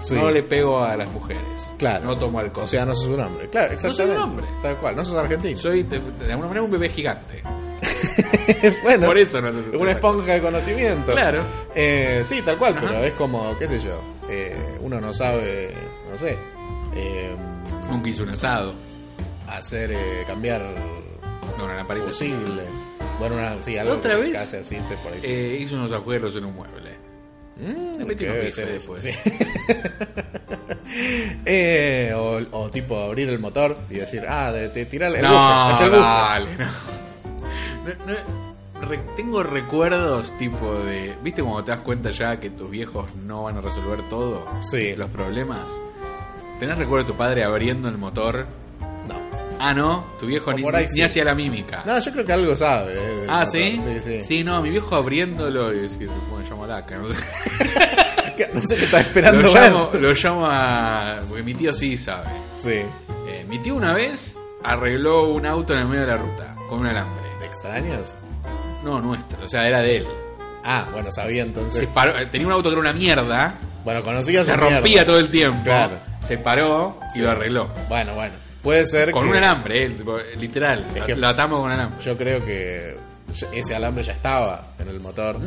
C: sí.
B: no le pego a las mujeres.
C: Claro.
B: No tomo alcohol.
C: O sea, no sos un hombre. Claro,
B: No
C: exactamente.
B: soy un hombre.
C: Tal cual, no sos argentino.
B: Soy de, de alguna manera un bebé gigante.
C: [laughs] bueno,
B: Por eso no te-
C: Una esponja de conocimiento.
B: Claro.
C: Eh, sí, tal cual,
B: Ajá.
C: pero es como, qué sé yo. eh, uno no sabe, no sé. eh,
B: Nunca hice un asado.
C: hacer, eh, cambiar
B: No, una lamparita.
C: fusibles. Bueno, una, sí, algo
B: ¿Otra
C: que se
B: vez?
C: case así, te por ahí.
B: Eh, hice unos agujeros en un mueble.
C: Mm,
B: le metí
C: ok,
B: unos bifes
C: sí,
B: después.
C: sí. [laughs] Eh, o, o tipo abrir el motor y decir, ah, de, de tirar el
B: no,
C: buffer, hacer el buffer.
B: dale, no. No, no. Re- tengo recuerdos tipo de. ¿Viste cuando te das cuenta ya que tus viejos no van a resolver todo?
C: Sí.
B: Los problemas. ¿Tenés recuerdo de tu padre abriendo el motor?
C: No.
B: Ah, no, tu viejo
C: O
B: ni,
C: por ahí
B: ni
C: sí.
B: hacía la mímica.
C: No, yo creo que algo sabe. eh, del
B: ah,
C: motor.
B: ¿sí?
C: Sí, sí.
B: no, mi viejo abriéndolo y decir, bueno, llamo a Laca,
C: [laughs]
B: no sé.
C: Que- [laughs] No sé qué está esperando.
B: lo,
C: ver.
B: llamo, lo llamo a. Porque mi tío sí sabe.
C: Sí.
B: Eh, mi tío una vez arregló un auto en el medio de la ruta con un alambre.
C: ¿Te extrañas?
B: No, nuestro, o sea, era de él.
C: Ah, bueno, sabía entonces.
B: Se paró, eh, tenía un auto que era una mierda,
C: Bueno, conocía
B: se
C: su
B: rompía
C: mierda.
B: todo el tiempo.
C: Claro.
B: Se paró y lo arregló.
C: Bueno, bueno. Puede ser
B: Con
C: que
B: un alambre, eh, tipo, literal.
C: Es
B: lo-
C: que-
B: lo atamos con alambre.
C: Yo creo que ya- ese alambre ya estaba en el motor.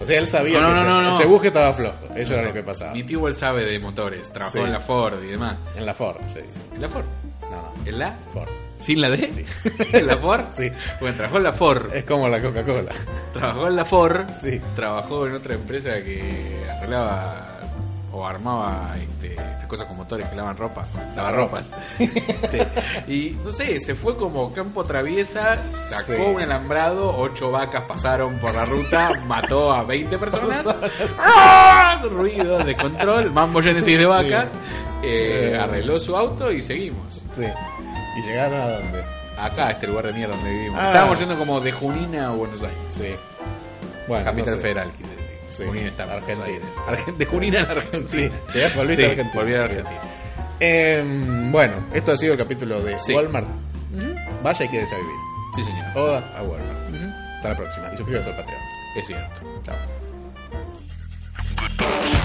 C: O sea, él sabía
B: No,
C: que
B: no,
C: ese,
B: no, no.
C: ese buje estaba flojo. Eso era lo que pasaba.
B: Mi tío igual sabe de motores, trabajó
C: Sí.
B: en la Ford y demás.
C: En la Ford, se dice.
B: ¿En la Ford?
C: No, no.
B: ¿En la?
C: Ford.
B: ¿Sin la D? [laughs] ¿En la Ford?
C: Sí.
B: Bueno, trabajó en la Ford.
C: Es como la Coca-Cola. [laughs]
B: Trabajó en la Ford.
C: Sí.
B: Trabajó en otra empresa que arreglaba o armaba este, estas cosas con motores que lavan ropa. Lavarropas. [laughs] Este, y no sé, se fue como campo traviesa, sacó
C: Sí.
B: un alambrado, ocho vacas pasaron por la
C: [laughs]
B: ruta, mató a 20 personas. Ruidos de control, mambo génesis de vacas. eh,
C: Eh.
B: arregló su auto y seguimos.
C: Sí. ¿Y llegaron a dónde?
B: Acá, este lugar de mierda donde vivimos.
C: Ah.
B: Estábamos yendo como de Junina a Buenos Aires.
C: Sí. Bueno,
B: Capital
C: no sé.
B: Federal, quise decir.
C: Sí.
B: Junín está en Buenos
C: Argentina.
B: Aires. Argen- de Junín a la Argentina.
C: Sí, llegás, volviste a Argentina.
B: volví a la Argentina.
C: Em, bueno, esto ha sido el capítulo de
B: Sí.
C: Walmart. Vaya y quédese a vivir.
B: Sí, señor.
C: Oda a Walmart. Hasta la próxima. Y suscríbase al Patreon.
B: Es cierto.
C: Chao.
D: Goodbye.